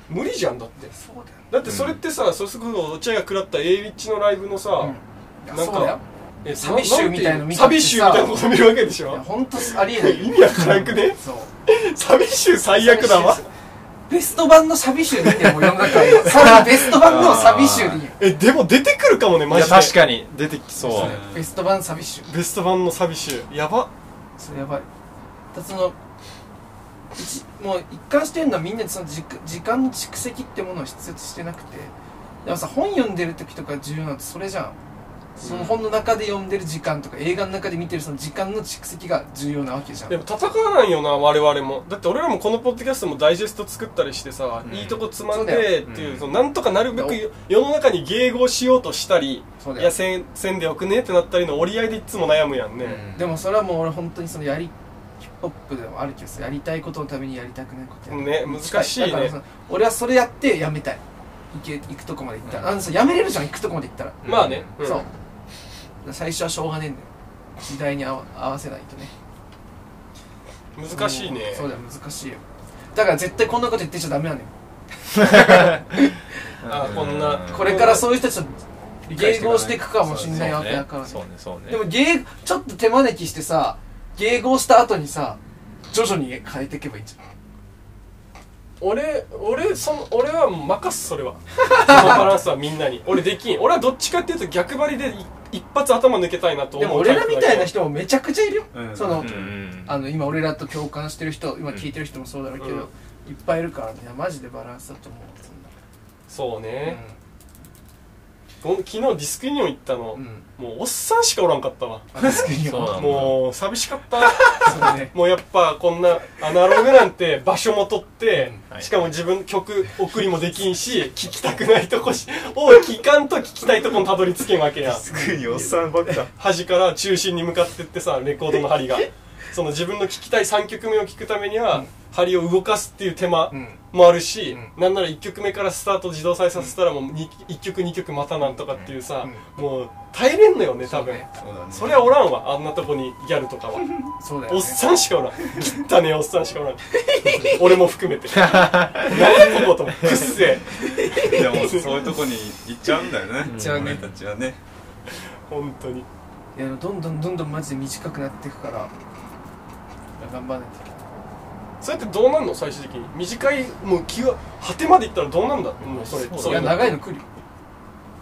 無理じゃんだって
そうだよ
だってそれってさ、それこそ落合が食らった A ウィッチのライブのさ、
うんいや
なん
そうだよ
かえ
サビ集みたいの見た
サ
って
ビ
さ
集みたいなこと見るわけでし
いや
ょ
ほんとありえないよ
意味わからんくね
そう
サビ集最悪だわ
ベスト版のサビ集でいいんだよもう世の中 はサビベスト版のサビ集でいいよ
えでも出てくるかもね
い
マ
や、
ジで
確かに出てきそう。
ベスト版サビ集
ベスト版のサビ集やば
それやばいだってその一もう一貫してるのはみんなその時時間の蓄積ってものを必要としてなくてでもさ本読んでる時とか重要なのってそれじゃんその本の中で読んでる時間とか映画の中で見てるその時間の蓄積が重要なわけじゃん
でも戦わないよな我々もだって俺らもこのポッドキャストもダイジェスト作ったりしてさ、
うん
いいとこつま
そ
ん
うだ
で
よ
っていうう、
ん
そのなんとかなるべくよ世の中に迎合しようとしたり
そうだ
い
よ
やせんせんでよくねってなったりの折り合いでいつも悩むやんね、
でもそれはもう俺本当にそのやりヒップホップでもあるけどさやりたいことのためにやりたくないことやる
ね難しいね
だからその俺はそれやってやめたい行け行くとこまで行ったら、あのさやめれるじゃん行くとこまで行ったら
まあね、ん
そう最初はしょうがねえんだよ時代に合わ合わせないとね
難しいね
そうだよ難しいよだから絶対こんなこと言ってちゃダメなのよ
あこんな
これからそういう人たちと迎合していくかもしんないわけだから
そうね、そうね。
でも迎ちょっと手招きしてさ迎合した後にさ徐々に変えていけばいいじゃん
俺俺その俺はもう任すそれはそのバランスはみんな に俺できん俺はどっちかっていうと逆張りでい一発頭抜けたいなと
で
思
も
う
俺らみたいな
人
人もめちゃくちゃいるよ、
うん
その、
うんうん
あの今俺らと共感してる人今聞いてる人もそうだろうけど、
うん
いっぱいいるからねいやマジでバランスだと思うそんな
そうね、こん昨日ディスクユニオン行ったの、
うん
もうおっさんしかおらんかったわ
確かに
そうなんだ
もう寂しかった
そうね
もうやっぱこんなアナログなんて場所も取って、
はい
しかも自分曲送りもできんし聞きたくないとこしを聞かんと聞きたいとこにたどり着けんわけやん
救いにおっさんばっか
端から中心に向かってってさレコードの針がその自分の聞きたい3曲目を聞くためには、針を動かすっていう手間
うん
もあるし、
う
なんなら1曲目からスタート自動再生させたらもう1曲2曲またなんとかっていうさ、もう耐えれんのよね多分
そうね
そうだね
そりゃおらんわあんなとこにギャルとかは
そうだよ、ね、
おっさんしかおらん汚ねえおっさんしかおらん俺も含めて何やここと思ってくっせえ
でもそういうとこに行っちゃうんだよね行っ
ちゃうね
たちはね
本当に
いやどんどんどんどんマジで短くなっていくから頑張らないといけない
それってどうなんの最終的に短いもう気が果てまでいったらどうなんだもうそれ
そうだね
そ
い
い
うや
うの
長いの来るよ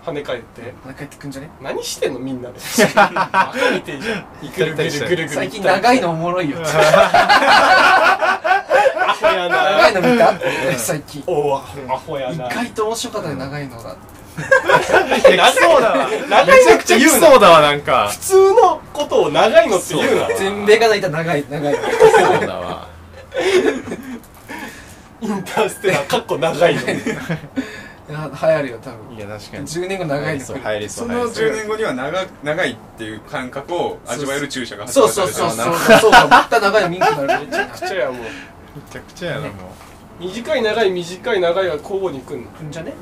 跳ね返って
また帰ってくんじゃね
何してんのみんなでバカみてえじゃんぐるぐるぐるぐる
最近長いのおもろいよ
あホや
長
ない
の見た最近
おわアホや
意
な
外と面白かったね長いのが
長そうだわ長
め
い
ち
の
ゃ
っ
くち
て
ゃき
言う
つ
な
そうだわ、なんか
普。通のことを長いのって言うな
全米が泣いた長い長い
そうだわ。
インターステラーかっこ長いの
いや流行るよ多分
いや、確かに。
10年後長いの来
そう、
る
入りそ。
そうの
入りそう
10年後には長長いっていう感覚を味わえる注射が発
そ
売
う
さ
そう
れてるな
そうそうそうかまた長いの見んくなる
めちゃやもう
めちゃくちゃやな、も
短い長い短い長いは交互に来んの
んじゃね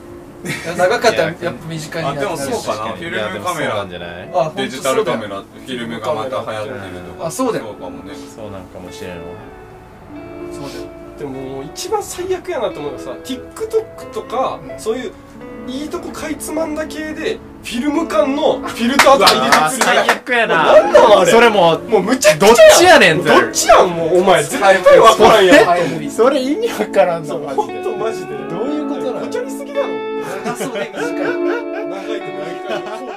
長かったらやっぱ短いになる
あでもそうかな
う。
フィルム
いやでも
カメラ
そうなんじゃない
あ本当
デジタルカメ
そうだよ
ラフィルムがまた流行ってるとか
あそうだよ
かもね
そうなんかもしれんわ。
そうだよ
でももう一番最悪やなと思うのがさ TikTok とか、
うん
そういういいとこかいつまんだ系でフィルム感のフィルターとか入れてくるから
最悪や
なんなのあれ
それもう、
もうむちゃくちゃ
どっちやねんってなる
どっちやんもうお前絶対分からんやん
ハイブリッド
それ意味わからん
そう
マ
ほ
ジ
ん
で
とマジでど
ういうことなの
ごちゃりすぎだろ
長そうで短い
長いと長いと